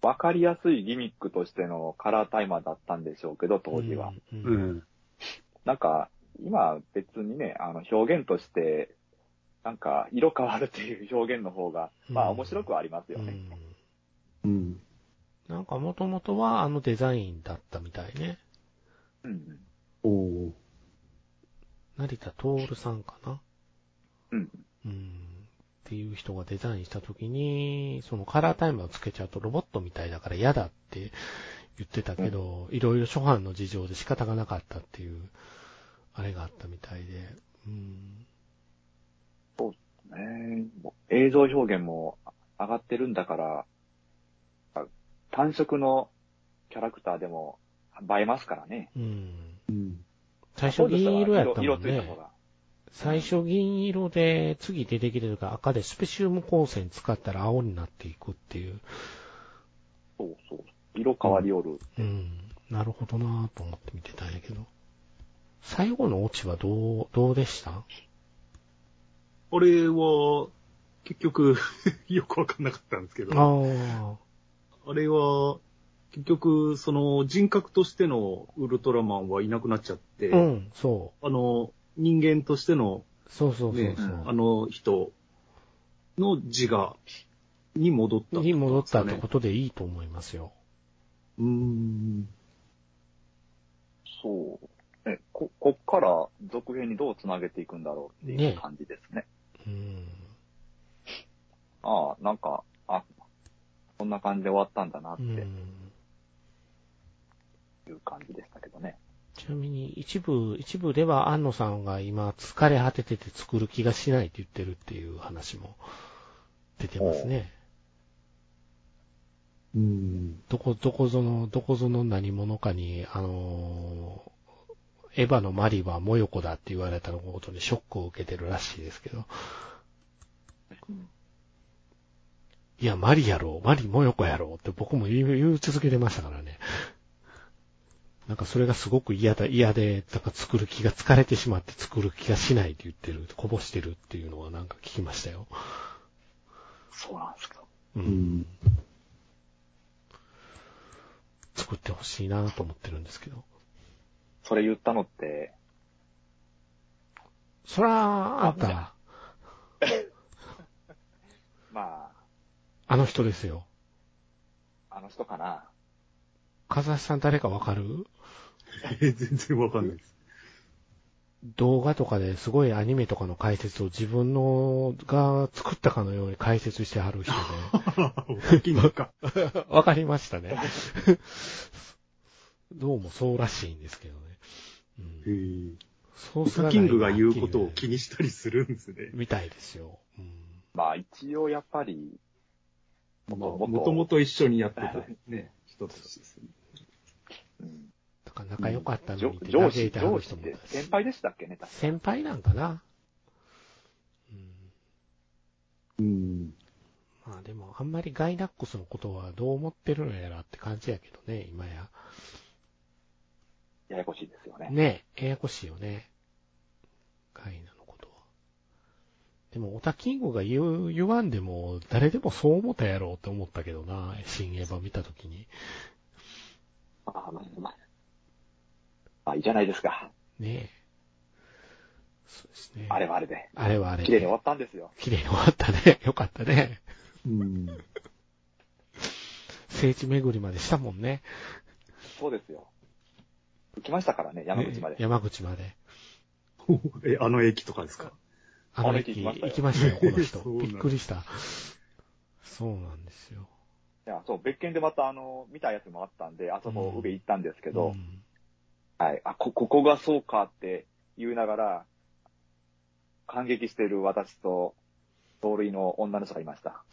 S2: わかりやすいギミックとしてのカラータイマーだったんでしょうけど、当時は。
S1: うん。
S3: う
S1: うん
S3: ん。
S2: なんか、今別にね、あの、表現として、なんか、色変わるっていう表現の方が、まあ面白くはありますよ
S1: う
S2: ね。
S1: ん
S3: うん。
S1: なんかもともとはあのデザインだったみたいね。
S2: うん。
S3: おお。
S1: 成田徹さんかな。
S2: うん。
S1: うんっていう人がデザインしたときに、そのカラータイマーをつけちゃうとロボットみたいだから嫌だって言ってたけど、いろいろ諸般の事情で仕方がなかったっていう、あれがあったみたいで。うん。
S2: ねえもう映像表現も上がってるんだから、あ単色のキャラクターでも映えますからね。
S1: うん。
S3: うん。
S1: 最初銀色やったも
S2: 色
S1: ん
S2: ついた方
S1: ね。
S2: が。
S1: 最初銀色で、次出てきてるが赤でスペシウム光線使ったら青になっていくっていう。
S2: そうそう。色変わりおる。
S1: うん。なるほどなぁと思って見てたんやけど。最後のオチはどう、どうでした
S3: あれは、結局、 *laughs* よくわかんなかったんですけど、あ
S1: ああ。
S3: れは、結局、その人格としてのウルトラマンはいなくなっちゃって、
S1: うん、そ
S3: あの、人間としての
S1: う。そうそうそう
S3: ね
S1: そう、
S3: あの人の自我に戻った
S1: に戻ったって
S3: と
S1: ことでいいと思いますよ。
S3: うーん。
S2: そう。え、こ、こっから続編にどう繋げていくんだろうってい
S1: ね
S2: う感じですね。
S1: うん。
S2: ああ、なんか、あ、こんな感じで終わったんだなっ
S1: う
S2: てい
S1: ん。
S2: う感じでしたけどね。
S1: ちなみに、一部、一部では安野さんが今疲れ果ててて作る気がしないって言ってるっていう話も出てますね。
S3: うーん。
S1: どこ、どこぞの、どこぞの何者かに、あのーエヴァのマリはモヨコだって言われたのことにショックを受けてるらしいですけど。いや、マリやろ、マリモヨコやろって僕も言う言い続けてましたからね。なんかそれがすごく嫌だ、嫌で、なんか作る気が疲れてしまって作る気がしないって言ってる、こぼしてるっていうのはなんか聞きましたよ。
S2: そうなんですか。
S1: う。
S3: うんん。
S1: 作ってほしいなと思ってるんですけど。
S2: それ言ったのって、
S1: そら、あんた、
S2: ま
S1: あの人ですよ。
S2: あ、あの人かな。
S1: 風橋さん誰かわかる
S3: *laughs* 全然わかんないです。
S1: 動画とかですごいアニメとかの解説を自分のが作ったかのように解説してはる人
S3: 大きいのか。
S1: *laughs* で。わかりましたね。どうもそうらしいんですけどね。
S3: *laughs* へ
S1: うん、
S3: ー
S1: そう
S3: ウ
S1: す
S3: サ
S1: ら
S3: キングが言うことを
S1: き
S3: 気にしたりするんですね。
S1: みたいですよ。うん
S2: まあ一応やっぱり、
S3: まあ、
S2: 元々
S3: もともと一緒にやってたね、人たちですね。
S2: うん、
S1: だから仲良かったの
S2: 上
S1: にって
S2: 上
S1: 嘆
S2: 司、
S1: いては
S2: 上
S1: る
S2: 司
S1: 人
S2: っ
S1: も
S2: て先輩でしたっけね、確か
S1: 先輩なんかな。うん
S3: うん。
S1: まあでも、あんまりガイナックスのことはどう思ってるのやらって感じやけどね、今や。
S2: ややこしいですよね。
S1: ねえ、ややこしいよね。ガイナのことは。でも、オタキングが言う、言わんでも、誰でもそう思ったやろうって思ったけどな、新エヴァ見たときに。
S2: まあまあまあ。まあいいじゃないですか。
S1: ねえ。そうですね。
S2: あれはあれで。
S1: あれはあれ。
S2: 綺麗に終わったんですよ。
S1: 綺麗に終わったね。よかったね。
S3: うん。
S1: 聖地巡りまでしたもんね。
S2: そうですよ。行きましたからね、山口ま
S1: ね。
S2: で
S1: 山口まで。
S3: え、あの駅とかですか
S1: あの駅行きましたよ、この
S2: *laughs*
S1: 人。びっくりした。そうなんですよ。
S2: いや、そう、別件でまた、あの、見たやつもあったんで、あそこ、
S1: うん
S2: 宇部行ったんですけど、
S1: うん
S2: はい、あ、こ、ここがそうかって言いながら、感激してる私と、同類の女の人がいました。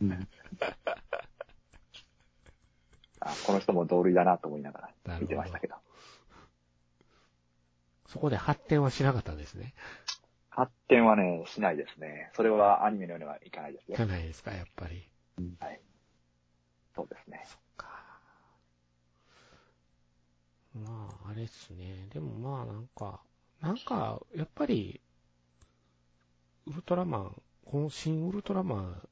S3: うん
S2: あこの人も同類だなと思いなが
S1: な
S2: ら
S1: る
S2: 見
S1: ほ
S2: て
S1: ど
S2: ましたけど。
S1: そこで発展はしなかったんですね。
S2: 発展はね、しないですね。それはアニメのようにはいかないです
S1: いか
S2: ね。
S1: ないですか、やっぱり。
S2: そうですね。
S1: か。まあ、あれっすね。でもまあ、なんか、なんか、やっぱり、ウルトラマン、この新ウルトラマン、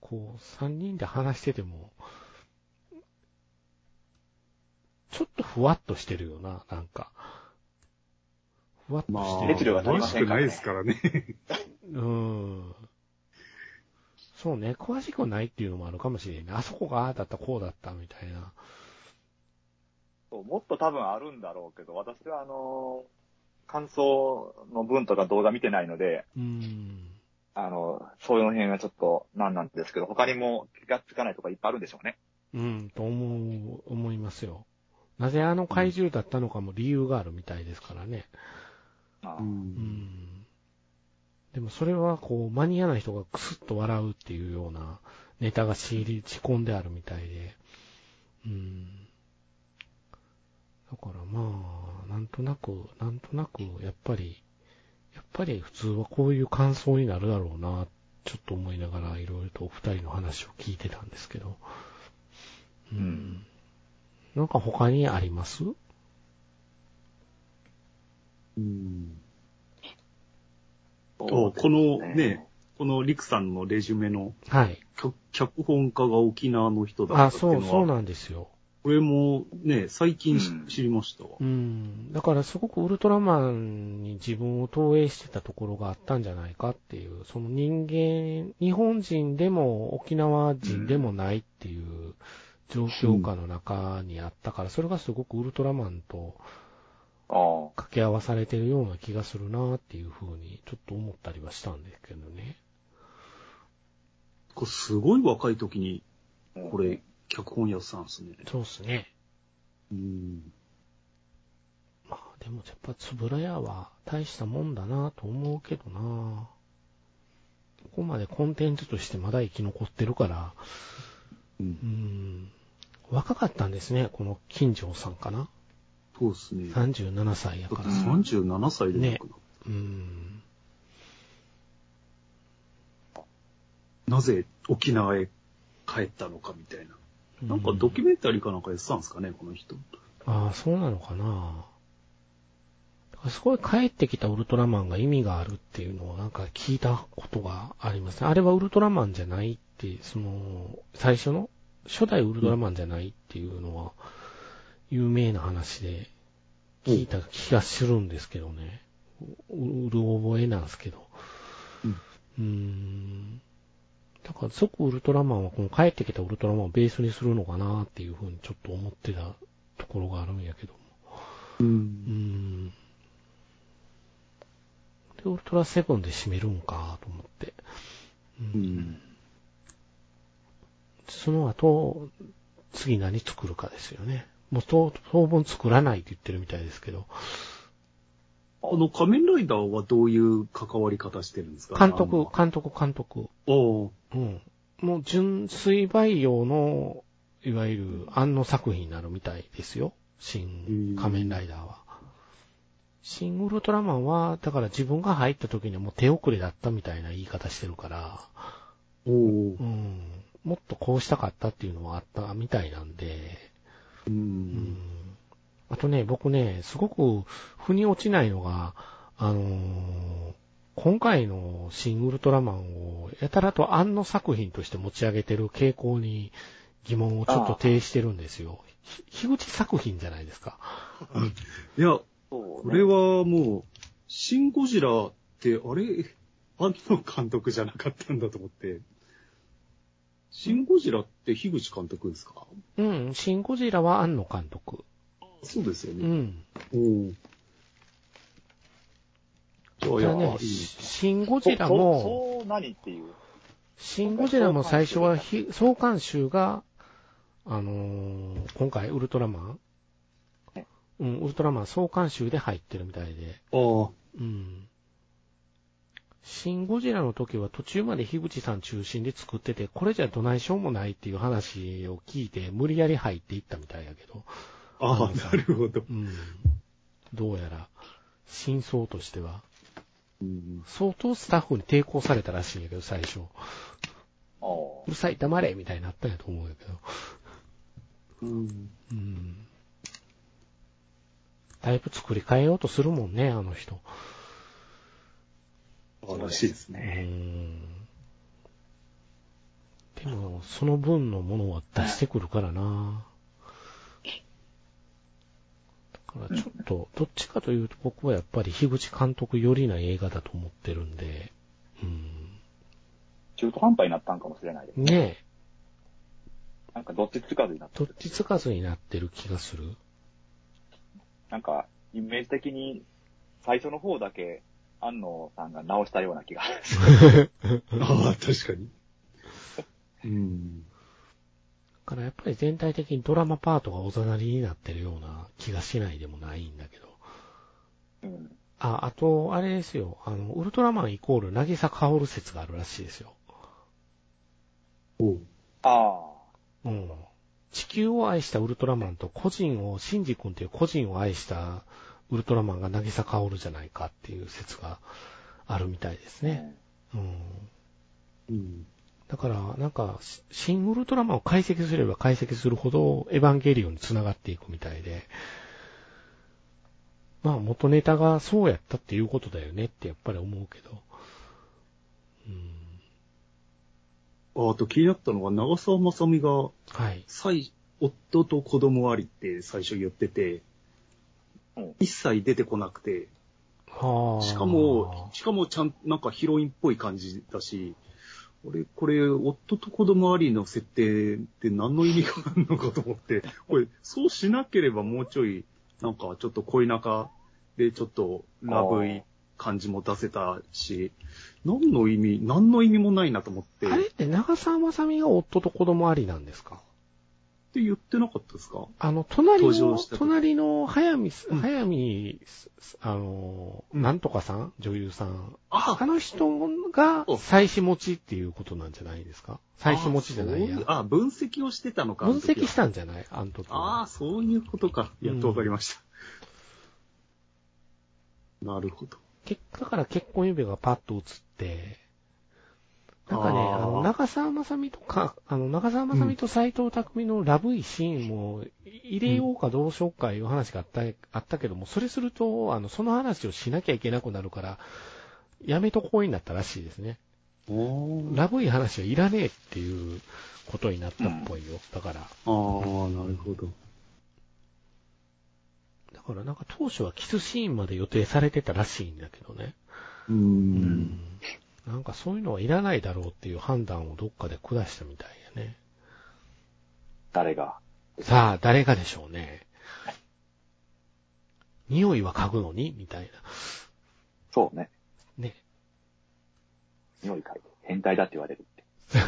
S1: こう、三人で話してても、ちょっとふわっとしてるよな、なんか。ふわっと
S3: ま
S1: して
S3: あ、
S1: る。
S2: 熱量が足り
S3: 詳
S2: ま
S3: し
S2: せん
S3: く
S2: か
S3: な
S2: らね
S3: いですからね。
S1: うん。そうね、詳しくないっていうのもあるかもしれない。あそこがああだった、こうだった、みたいな。
S2: そうもっと多分あるんだろうけど、私はあのー感想の文とか動画見てないので、
S1: うん。
S2: あの、そういうの辺はちょっと何なんですけど、他にも気がつかないとかいっぱいあるんでしょうね。
S1: うん、と思う、思いますよ。なぜあの怪獣だったのかも理由があるみたいですからね。
S2: ああ
S1: うん。でもそれはこう、マニアな人がクスッと笑うっていうようなネタが仕入り、仕込んであるみたいで。うん。だからまあ、なんとなく、なんとなく、やっぱり、やっぱり普通はこういう感想になるだろうな、ちょっと思いながらいろいろとお二人の話を聞いてたんですけど。うん。
S2: うん
S1: なんか他にあります
S3: うん
S2: そうです
S3: このね、このリクさんのレジュメの
S1: はい。
S3: 脚脚本家が沖縄の人だった
S1: あ、
S3: っていうの
S1: そ
S3: は、
S1: う、そうなんですよ。
S3: これもね、最近し
S2: うん
S3: 知りましたわ。
S1: うん。だからすごくウルトラマンに自分を投影してたところがあったんじゃないかっていう、その人間、日本人でも沖縄人でもないっていう状況下の中にあったから、それがすごくウルトラマンと
S2: あ
S1: 掛け合わされてるような気がするなっていうふうに、ちょっと思ったりはしたんですけどね。
S3: これすごい若い時に、
S2: あ
S3: これ、脚本屋さんですね。
S1: そうですね。
S3: うん。
S1: まあでもやっぱつぶらやは大したもんだなと思うけどなここまでコンテンツとしてまだ生き残ってるから、
S3: う、
S1: うんん、若かったんですね、この金城さんかな。
S3: そうですね。だっ
S1: 37歳や
S3: て
S1: から。
S3: 37歳で亡くなっ
S1: うん。
S3: たなぜ沖縄へ帰ったのかみたいな。なんかドキュメンタリーかなんかやってたんですかね、この人。
S1: ああ、そうなのかなだからすごい帰ってきたウルトラマンが意味があるっていうのをなんか聞いたことがありますね。あれはウルトラマンじゃないって、その、最初の、初代ウルトラマンじゃないっていうのは、有名な話で聞いた気がするんですけどね。ううる覚えなんですけど。
S3: うん
S1: うーん。だから、即ウルトラマンはこの帰ってきたウルトラマンをベースにするのかなっていうふうにちょっと思ってたところがあるんやけど。
S3: う
S1: うー
S3: ん。
S1: ん。で、ウルトラセブンで締めるんかと思って。
S3: う
S1: うん
S3: ん。
S1: その後、次何作るかですよね。もう当当分作らないって言ってるみたいですけど、
S3: あの、仮面ライダーはどういう関わり方してるんですか
S1: 監督、監督、監督。
S3: あの
S1: うん。もう純粋培養の、いわゆる安の作品になるみたいですよ。新仮面ライダーは。新ウルトラマンは、だから自分が入った時にはもう手遅れだったみたいな言い方してるから、
S3: あーおー
S1: うん。もっとこうしたかったっていうのはあったみたいなんで、
S3: う。
S1: うんん。あとね、僕ね、すごく腑に落ちないのが、あのー今回の新ウルトラマンをやたらと案の作品として持ち上げてる傾向に疑問をちょっと呈してるんですよ。ひ樋口作品じゃないですか。
S3: いや、
S2: そ
S3: こ
S2: う
S3: れ
S2: ね。
S3: はもう、シン・ゴジラって、あれ、 *laughs* あの監督じゃなかったんだと思って。シン・ゴジラって樋口監督ですか
S1: うん、シン・ゴジラは庵野監督。
S3: そうですよ
S1: う
S3: ね。
S1: ん。
S3: うん。じゃあ、い
S1: じゃあ
S3: や、い
S1: ね、
S3: い
S1: シン・ゴジラ
S2: そ
S1: も、
S2: そう、そう何っていう。
S1: シン・ゴジラも最初はひ総監修が、あのー今回ウルトラマン
S2: はい
S1: うん、ウルトラマン総監修で入ってるみたいで。
S3: ああ、
S1: うん。シン・ゴジラの時は途中まで樋口さん中心で作ってて、これじゃどないしょうもないっていう話を聞いて、無理やり入っていったみたいやけど、
S3: ああ、なるほど。
S1: うん。どうやら、真相としては、
S3: うん
S1: 相当スタッフに抵抗されたらしいんやけど、最初。
S2: ああ
S1: うるさい、黙れみたいになったんやと思うんやけど。
S3: うん
S1: うん。だいぶ作り変えようとするもんね、あの人。
S3: らしいです
S1: う
S3: ね。
S1: ん。でも、その分のものは出してくるからな。だからちょっと、どっちかというと僕はやっぱり樋口監督よりな映画だと思ってるんで、うん。
S2: 中途半端になったんかもしれないです。
S1: ねえ、
S2: なんかどっちつかずになった
S1: どっちつかずになってる気がする。
S2: なんか、イメージ的に、最初の方だけ、安野さんが直したような気が。 *laughs*
S3: ああ、確かに。うん。
S1: だからやっぱり全体的にドラマパートがおざなりになってるような気がしないでもないんだけど。
S2: うん。
S1: あ、あと、あれですよ。あの、ウルトラマンイコール、なぎさかおる説があるらしいですよ。
S3: おう
S2: あ
S1: うん。地球を愛したウルトラマンと個人を、シンジ君という個人を愛したウルトラマンがなぎさかおるじゃないかっていう説があるみたいです
S2: あ。
S1: ね。うん。
S3: うん。
S1: だから、なんか、し新ウルトラマンを解析すれば解析するほど、エヴァンゲリオンに繋がっていくみたいで、まあ、元ネタがそうやったっていうことだよねってやっぱり思うけど。うん。
S3: ああと気になったのが、長澤まさみが、
S1: はい。
S3: 最、夫と子供ありって最初言ってて
S2: うん、
S3: 一切出てこなくて、
S1: はあ。
S3: しかも、、しかもちゃん、なんかヒロインっぽい感じだし、俺、これ、夫と子供ありの設定って何の意味があるのかと
S1: *laughs*
S3: 思って、これ、そうしなければもうちょい、なんかちょっと恋仲でちょっとラブい感じも出せたし、何の意味、何の意味もないなと思って、っ
S1: あれって長澤まさみが夫と子供ありなんですか
S3: て言ってなかったですか
S1: あの、隣
S3: 登場
S1: の
S3: し、た時
S1: 隣の早見す、
S3: うん
S1: 早見す、あの、
S3: うん
S1: なんとかさん女優さん。
S3: あ
S1: あの人が
S3: お
S1: 妻子持ちっていうことなんじゃないですか妻子持ちじゃないや
S3: あそう。あ、分析をしてたのか。あ
S1: 分
S3: の時
S1: 析
S3: は
S1: したんじゃないあの時
S3: あ
S1: は。
S3: あ、そういうことか。やっ
S1: うん
S3: とわかりました。なるほど。
S1: 結だから結婚指輪がパッと映って、なんかね、
S3: あー
S1: あの、長澤まさみとか、あの、長澤まさみと斎藤匠のラブいシーンも入れようかどうしようかいう話があった、あったけども、それすると、あの、その話をしなきゃいけなくなるから、やめとこうになったらしいですね。
S3: お
S1: ラブい話はいらねえっていうことになったっぽいよ。だから。
S3: ああ、なるほど。
S1: だからなんか当初はキスシーンまで予定されてたらしいんだけどね。
S3: う。
S1: うんなんかそういうのはいらないだろうっていう判断をどっかで下したみたいやね。
S2: 誰が。
S1: さあ、誰がでしょうね。匂いは嗅ぐのにみたい
S2: そうね。
S1: な。ね。
S2: 匂い嗅いで。変態だって言われる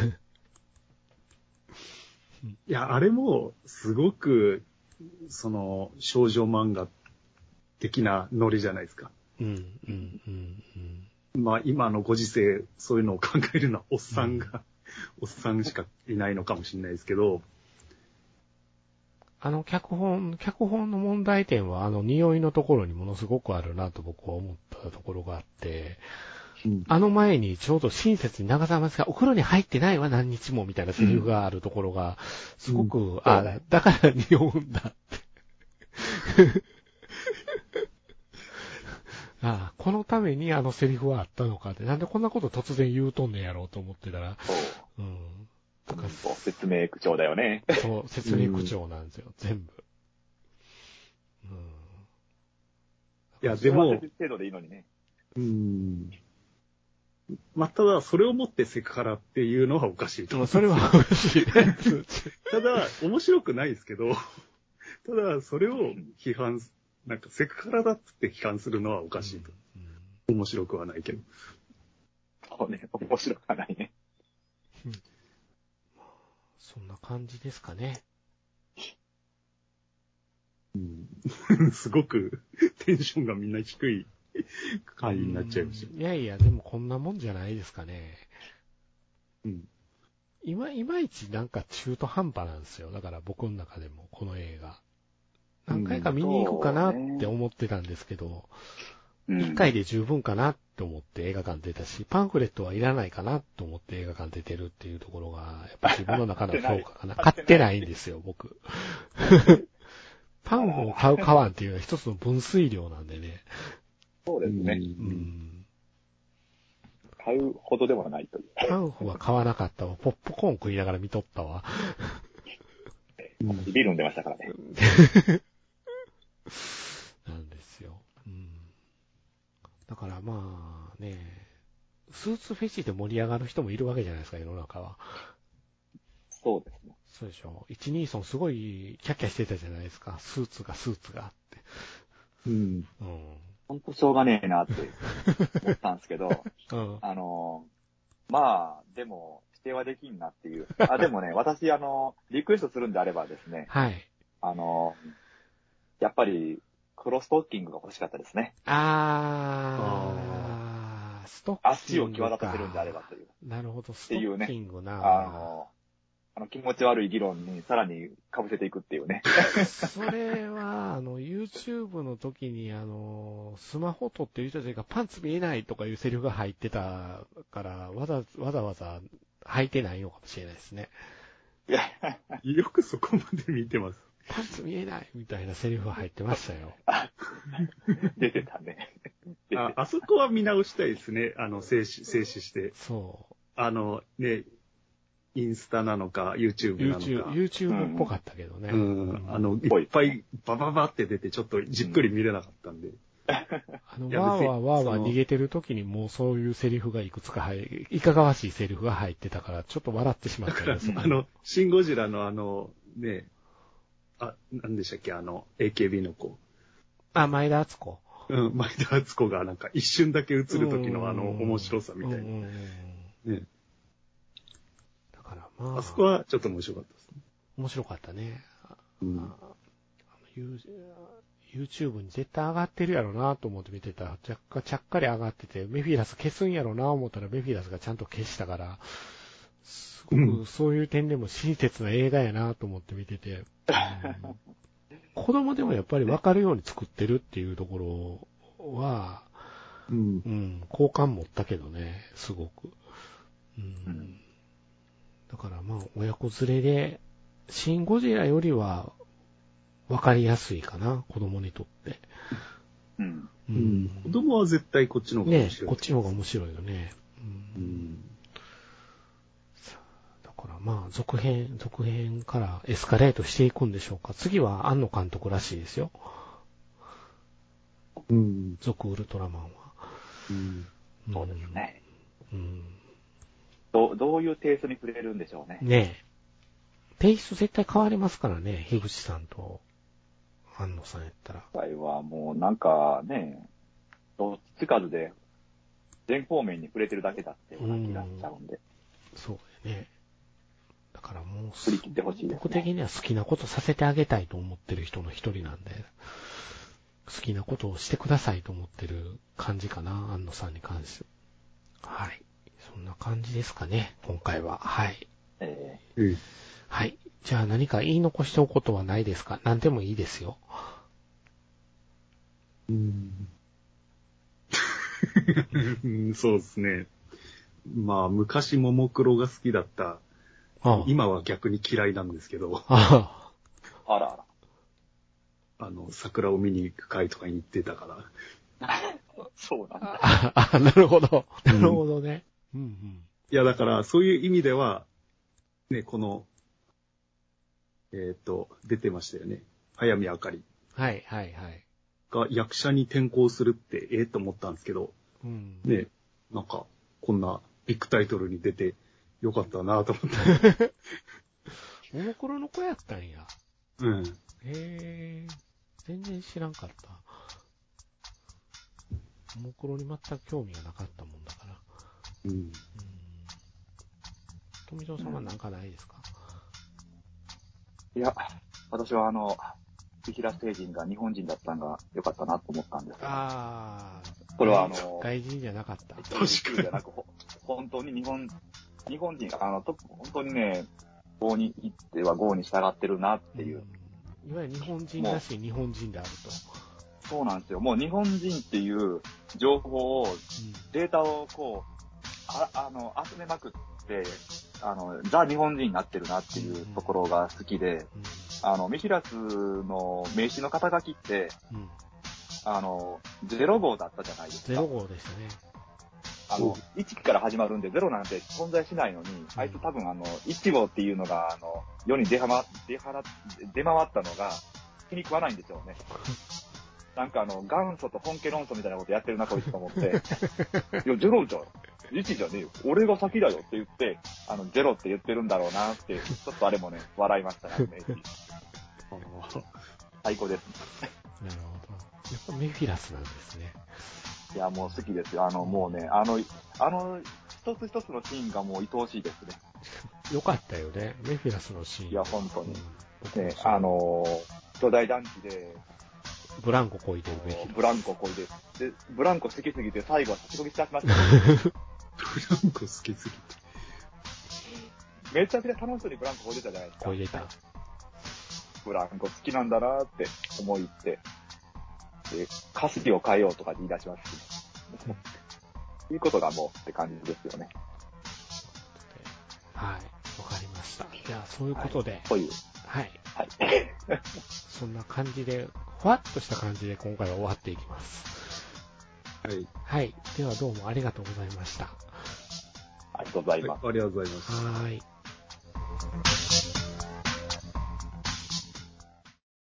S2: って。
S3: いや、あれも、すごく、その、少女漫画的なノリじゃないですか。
S1: うん、うん、うん、うん。
S3: まあ、今のご時世、そういうのを考えるのはおっさんが、おっさんしかいないのかもしれないですけど、
S1: あの脚本、脚本の問題点はあの匂いのところにものすごくあるなと僕は思ったところがあって、あの前にちょうど親切に長澤まさみがお風呂に入ってないわ何日もみたいなセリフがあるところが、すごく、あ、だから匂うんだって。 *laughs* ああこのためにあのセリフはあったのかって、なんでこんなこと突然言うとんねやろうと思ってたら、
S2: そ
S1: う
S2: う。
S1: ん。だから
S2: そう説明口調だよね。
S1: そう、説明口調なんですよ、全部。うん。
S3: いや、
S1: *laughs*
S3: でも、
S2: 程度でいいのにね。
S3: うん。まあ、ただ、それをもってセクハラっていうのはおかしいと
S1: まあ
S3: 思う。
S1: それは嬉しいね。
S3: ただ、面白くないですけど、ただ、それを批判す、なんかセクハラだっつって批判するのはおかしいと。面白くはないけど。
S2: そうね。面白くはないね。
S1: そんな感じですかね。
S3: *laughs* うんすごくテンションがみんな低い会になっちゃいました。
S1: うんいやいや、でもこんなもんじゃないですかね。
S3: うん。
S1: 今、いまいちなんか中途半端なんですよ。だから僕の中でも、この映画。何回か見に行くかなって思ってたんですけど、
S2: うん
S1: 一回で十分かなって思って映画館出たし、パンフレットはいらないかなと思って映画館出てるっていうところが、やっぱ自分の中の評価かな。 *laughs* 買
S2: 買
S1: っ
S2: ってて
S1: な
S2: ない
S1: んですよ、僕。 *laughs* パンを買う買わんっていうのは一つの分水量なんでね。
S2: そうですね。
S1: う。ん。
S2: 買うほどではないという。
S1: パンフは買わなかったわ。ポップコーン食いながら見とったわ。
S2: ビール飲んでましたからね。
S1: なんですよ。うん。だからまあね、スーツフェチで盛り上がる人もいるわけじゃないですか、世の中は。
S2: そうですね。
S1: そうでしょ。一二層すごいキャッキャしてたじゃないですか。スーツがスーツがって。
S3: うん。
S1: うん。
S2: ほんとしょうがねえなって思ったんですけ
S1: う
S2: ど、
S1: ん。
S2: あのーまあ、でも、否定はできんなっていう。あ、でもね、私、あの、リクエストするんであればですね、
S1: はい。
S2: あのーやっぱり、黒ストッキングが欲しかったですね。
S1: あー、ストッキングか。
S2: 足を際立たせるんであればという。
S1: なるほど、ス
S2: て
S1: ト
S2: いうね
S1: ッキングな。
S2: あのーあの気持ち悪い議論にさらに被せていくっていうね。
S1: それは、あの、YouTube の時に、あの、スマホ撮ってる人たちがパンツ見えないとかいうセリフが入ってたから、わざわざわざ履いてないのかもしれないですね。
S2: いや
S3: よくそこまで見てます。
S1: パンツ見えないみたいなセリフが入ってました
S3: *laughs*
S1: よ。
S2: 出てたね。出て
S3: あ、あそこは見直したいですね。あの、静止、静止して。
S1: そ
S3: あの、ね、インスタなのか、
S1: う。
S3: YouTube なのか。
S1: YouTube、YouTube っぽかったけどね。
S3: うん。あの、いっぱいバババって出て、ちょっとじっくり見れなかったんで。
S1: あの、
S3: いや
S1: わー
S3: 別に
S1: わーわーわ
S3: そ
S1: ー
S3: の
S1: 逃げてる時にもうそういうセリフがいくつか入いかがわしいセリフが入ってたから、ちょっと笑ってしまったんです
S2: うん
S3: *laughs* あの、シン・ゴジラのあの、ね、あ、なんでしたっけ、あの、AKB の子。
S1: あ、前田敦子。
S3: うん、前田敦子がなんか一瞬だけ映る時のあの、
S1: うん
S3: 面白さみたい
S1: うん
S3: な。
S1: うんうん
S3: ね。
S1: だからまあ、
S3: あそこはちょっと面白かったですね。
S1: 面白かったね。あ
S3: うん
S1: あ。の YouTube に絶対上がってるやろなと思って見てたら、ちゃっかちゃっかり上がってて、メフィラス消すんやろな思ったら、メフィラスがちゃんと消したから、すご
S3: う
S1: くそういう点でも親切な映画やなと思って見て
S3: *laughs*
S1: て、子供でもやっぱり分かるように作ってるっていうところは、
S3: うん。
S1: うん、好感持ったけどね、すごく。う
S2: うんん、
S1: だからまあ、親子連れで、シン・ゴジラよりは、わかりやすいかな、子供にとって。
S2: うん。
S1: う
S3: うん。子供は絶対こっちの方が面
S1: ね
S3: 白い。
S1: こっちの方が面白いよね。う
S3: うんん。
S1: だからまあ、続編、続編からエスカレートしていくんでしょうか。次は庵野監督らしいですよ。
S3: うん。
S1: 続ウルトラマンは。
S3: うん。
S1: ん
S2: そうです。ね。
S1: うん、
S2: どどういうテイストに触れるんでしょうね。
S1: ねえ。テイスト絶対変わりますからね、樋口さんと安野さんやったら。
S2: 今回はもうなんかね、どっちつかずで、全方面に触れてるだけだっていう感じがしちゃうんで、
S1: そうだよね。だからもうす
S2: 振り切ってほしいです、ね。
S1: 僕的には好きなことさせてあげたいと思ってる人の一人なんで、好きなことをしてくださいと思ってる感じかな、安野さんに関して。はい。そんな感じですかね、今回は。はい。
S2: え
S3: うん
S1: はい。じゃあ何か言い残しておくことはないですか何でもいいですよ。
S3: うん。 *laughs* うんそうですね。まあ、昔、ももクロが好きだった、
S1: ああ。
S3: 今は逆に嫌いなんですけど、
S1: ああ。
S2: ーあらあら。
S3: あの、桜を見に行く会とかに行ってたか
S2: そうなんだ。
S1: ああ、なるほど。
S3: う
S1: *laughs* なんるほどね。うんうん。
S3: ら。いや、だから、そういう意味では、ね、この、えっ、と、出てましたよね。早見あかり
S1: はいはいはい。
S3: が役者に転校するって、ええと思ったんですけど、
S1: うん。
S3: ね、なんか、こんなビッグタイトルに出てよかったなと思って。
S1: ももクロの子やったんや。
S3: う
S1: へ
S3: ん。
S1: え、全然知らんかった。ももクロに全く興味がなかったもんだから。
S3: うん。
S1: うん。富蔵さんはなんかないですか、
S2: いや、私はあの、木平星人が日本人だったのが良かったなと思ったんですが、
S1: ああ、
S2: これはあの、
S1: 外人じゃなかった。
S3: かに
S2: じゃなく、ほ本当に日本、日本人が、あの、と本当にね、郷に行っては郷に従ってるなっていう。
S1: うん。いわゆる日本人らしい日本人であると。
S2: そうなんですよ。もう日本人っていう情報を、データをこう、ああの、集めまくって、あの、ザ・日本人になってるなっていうところが好きで、あの、ミヒラスの名刺の肩書きって、
S1: うん。うん。うん
S2: あの、ゼロ号だったじゃないです
S1: ゼ
S2: か
S1: ロ。号でしたね。
S2: あの、1から始まるんで、ゼロなんて存在しないのに、あいつ多分あの、1号っていうのが、あの、世に出はま、出はら、出回ったのが、気に食わないんでしょうね。なんかあの、元祖と本家論争みたいなことやってるな、こいつと思って、いや、ゼロじゃん。1じゃねえよ。俺が先だよって言って、あの、ゼロって言ってるんだろうなって、ちょっとあれもね、笑いましたね。最高です。
S1: なるほど。やっぱメフィラスなんですね。
S2: いや、もう好きですよ。あの、もうね、あの、あの、一つ一つのシーンがもう愛おしいですね。
S1: よかったよね。メフィラスのシーン。
S2: いや、本当に。
S1: うん
S2: ね、あ、のー、巨大団地で、
S1: ブランコこいでるメフィラス。
S2: ブランコこいで、で、ブランコ好きすぎて最後は立ちこぎしちゃい
S1: *laughs*
S2: ましたけど
S3: ブランコ好きすぎて。
S2: めちゃくちゃ楽しそうにブランコこいでたじゃないですか。
S1: こいでた。
S2: ブランコ好きなんだなって思いって、で、歌詞を変えようとか言い出しますし、
S1: *laughs*
S2: いうことがもうって感じですよね。
S1: はい。わかりました。じゃあ、そういうことで、
S2: という、
S1: はい。
S2: はい。 *laughs*
S1: そんな感じで、ふわっとした感じで今回は終わっていきます。
S3: はい。
S1: はい。ではどうもありがとうございました。
S2: ありがとうございます。
S3: ありがとうございます。
S1: はーい。